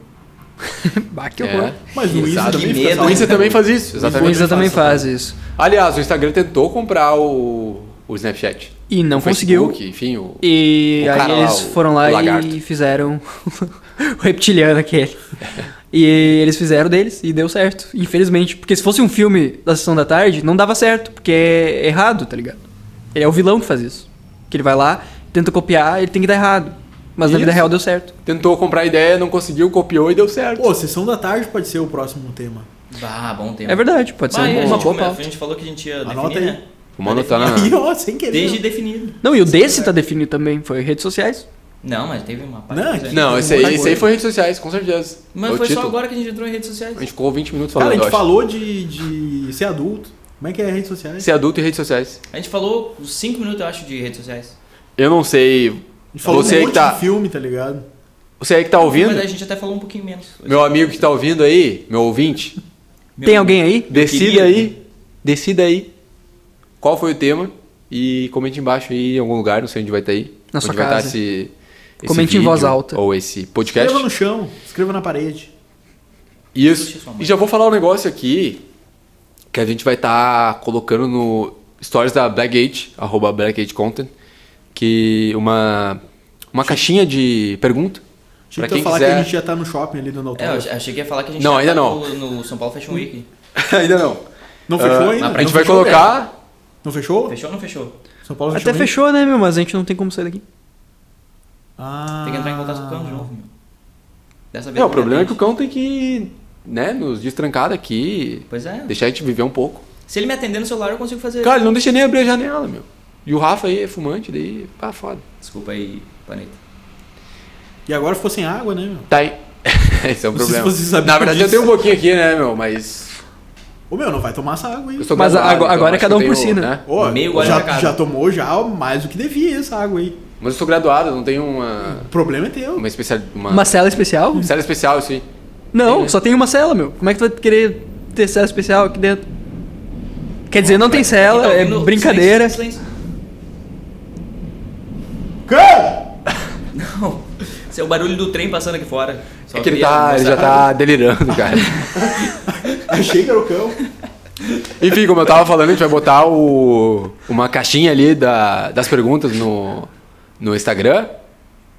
Bah, que horror.
Mas o Insta
Exato.
Que
também fica
medo,
O
salvo.
Insta também faz isso,
O
É, exatamente.
Insta também faz isso.
Aliás, o Instagram tentou comprar o, o Snapchat.
E não
O
conseguiu.
Facebook, enfim, o,
E
O cara
aí
lá,
eles
o-
foram lá
o
e
lagarto.
fizeram o reptiliano aquele. e eles fizeram deles e deu certo, infelizmente. Porque se fosse um filme da sessão da tarde, não dava certo, porque é errado, tá ligado? Ele é o vilão que faz isso. Que ele vai lá, tenta copiar, ele tem que dar errado. Mas na vida
Isso.
real deu certo.
tentou comprar a ideia, não conseguiu, copiou e deu certo.
Pô, sessão da tarde pode ser o próximo tema.
Bah, bom tempo.
É verdade, pode ser
um
Bah, e a
uma, uma
gente,
boa
come-
pauta.
A gente falou que a gente ia
Anota
definir,
aí.
né?
Vamos
Vai
anotar
definir.
tá na-
Aí, ó, sem querer.
Desde definido.
Não, e o desse tá definido também, foi redes sociais.
Não, mas teve uma parte.
Não,
antes, né?
Não,
Tem
esse
muita
aí, esse aí
coisa.
foi redes sociais, com certeza. É
Mas
o
foi só
título.
agora que a gente entrou em redes sociais.
A gente ficou 20 minutos falando.
Cara, a gente
eu acho.
falou de, de ser adulto. Como é que é redes sociais?
Ser adulto e redes sociais.
A gente falou uns 5 minutos, eu acho, de redes sociais.
Eu não sei.
A gente falou
Você
um
aí
monte
que tá-
de filme, tá ligado?
Você aí que tá
Mas a
ouvindo,
gente até falou um pouquinho menos. hoje.
meu amigo que tá ouvindo aí, meu ouvinte,
Meu
Tem
amigo.
alguém aí?
decida
querido.
aí. Decida aí qual foi o tema e comente embaixo aí em algum lugar, não sei onde vai estar aí.
Na
onde
sua
vai
casa.
Tá esse, esse
Comente em
vídeo
voz alta.
Ou esse podcast.
Escreva no chão, escreva na parede.
Assiste
Isso.
sua mãe.
E já vou falar um negócio aqui que a gente vai estar colocando no stories da Blackgate, arroba Blackgate Content, que uma uma caixinha de pergunta
Achei
para
que tu ia
quem
falar que a gente
quiser.
já tá no shopping ali dando
É, eu
autógrafo.
ach- achei que ia falar que a gente
Não,
ia
ainda
estar
não.
No, no São Paulo Fashion Week.
Ainda não.
Não fechou
Ah,
ainda?
A gente
Não
vai
fechou,
colocar.
velho? Não fechou?
Fechou ou não fechou?
São Paulo
Até
ainda?
fechou, né, meu? Mas a gente não tem como sair daqui.
Ah.
Tem que entrar em contato com o cão de novo, meu. Dessa vez
É, o
não
problema é que
atende.
o cão tem que, né, nos destrancar daqui,
Pois é.
deixar a gente viver um pouco.
Se ele me atender no celular, eu consigo fazer.
Cara, ele não deixa nem abrir a janela, meu. E o Rafa aí é fumante, daí, pá, foda.
Desculpa aí, Paneta.
E agora ficou sem água, né, meu?
Tá aí. Esse é um
Não sei se
problema.
vocês sabiam
Na verdade, eu
disso.
tenho um pouquinho aqui, né, meu, mas
Ô, meu, não vai tomar essa água aí.
Eu sou
Mas
graduado,
agora-
então
agora é
acho
cada
que
um
eu
por
tenho,
si, né?
Ô,
Meio gole na
já,
cara.
já tomou já mais do que devia essa água aí.
Mas eu sou graduado, não tenho uma.
O problema é teu.
Uma especial. Uma,
Uma cela especial?
série especial, isso aí.
Então
Não, só tem uma cela, meu. Como é que tu vai querer ter cela especial aqui dentro? Quer dizer, não tem cela,
Quem tá
é
ouvindo-
brincadeira.
Silêncio, silêncio.
Cara!
Não. Esse é o barulho do trem passando aqui fora. Só
É que ele,
queria
tá, ele já
mostrar.
tá delirando, cara.
Achei que era o cão.
Enfim, como eu tava falando, a gente vai botar o, uma caixinha ali da, das perguntas no, no Instagram.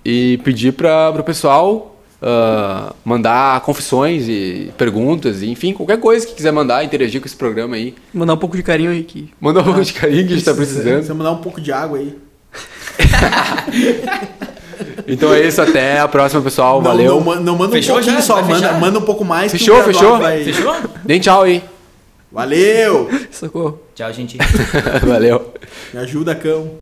e pedir para o pessoal ah, mandar confissões e perguntas, e, enfim, qualquer coisa que quiser mandar, interagir com esse programa aí.
Mandar um pouco de carinho aí que
Mandar um pouco de carinho que a gente está
Se
precisando.
eu mandar um pouco de água aí.
Então é isso, até a próxima, pessoal.
Não,
Valeu.
Não, man- não manda
Fechou
um pouquinho
já?
só,
Vai
manda,
fechar?
manda um pouco mais. que o
Fechou,
Eduardo
fechou?
vai-
Fechou?
Deem tchau aí.
Valeu!
Socorro.
Tchau, gente.
Valeu.
Me ajuda, cão.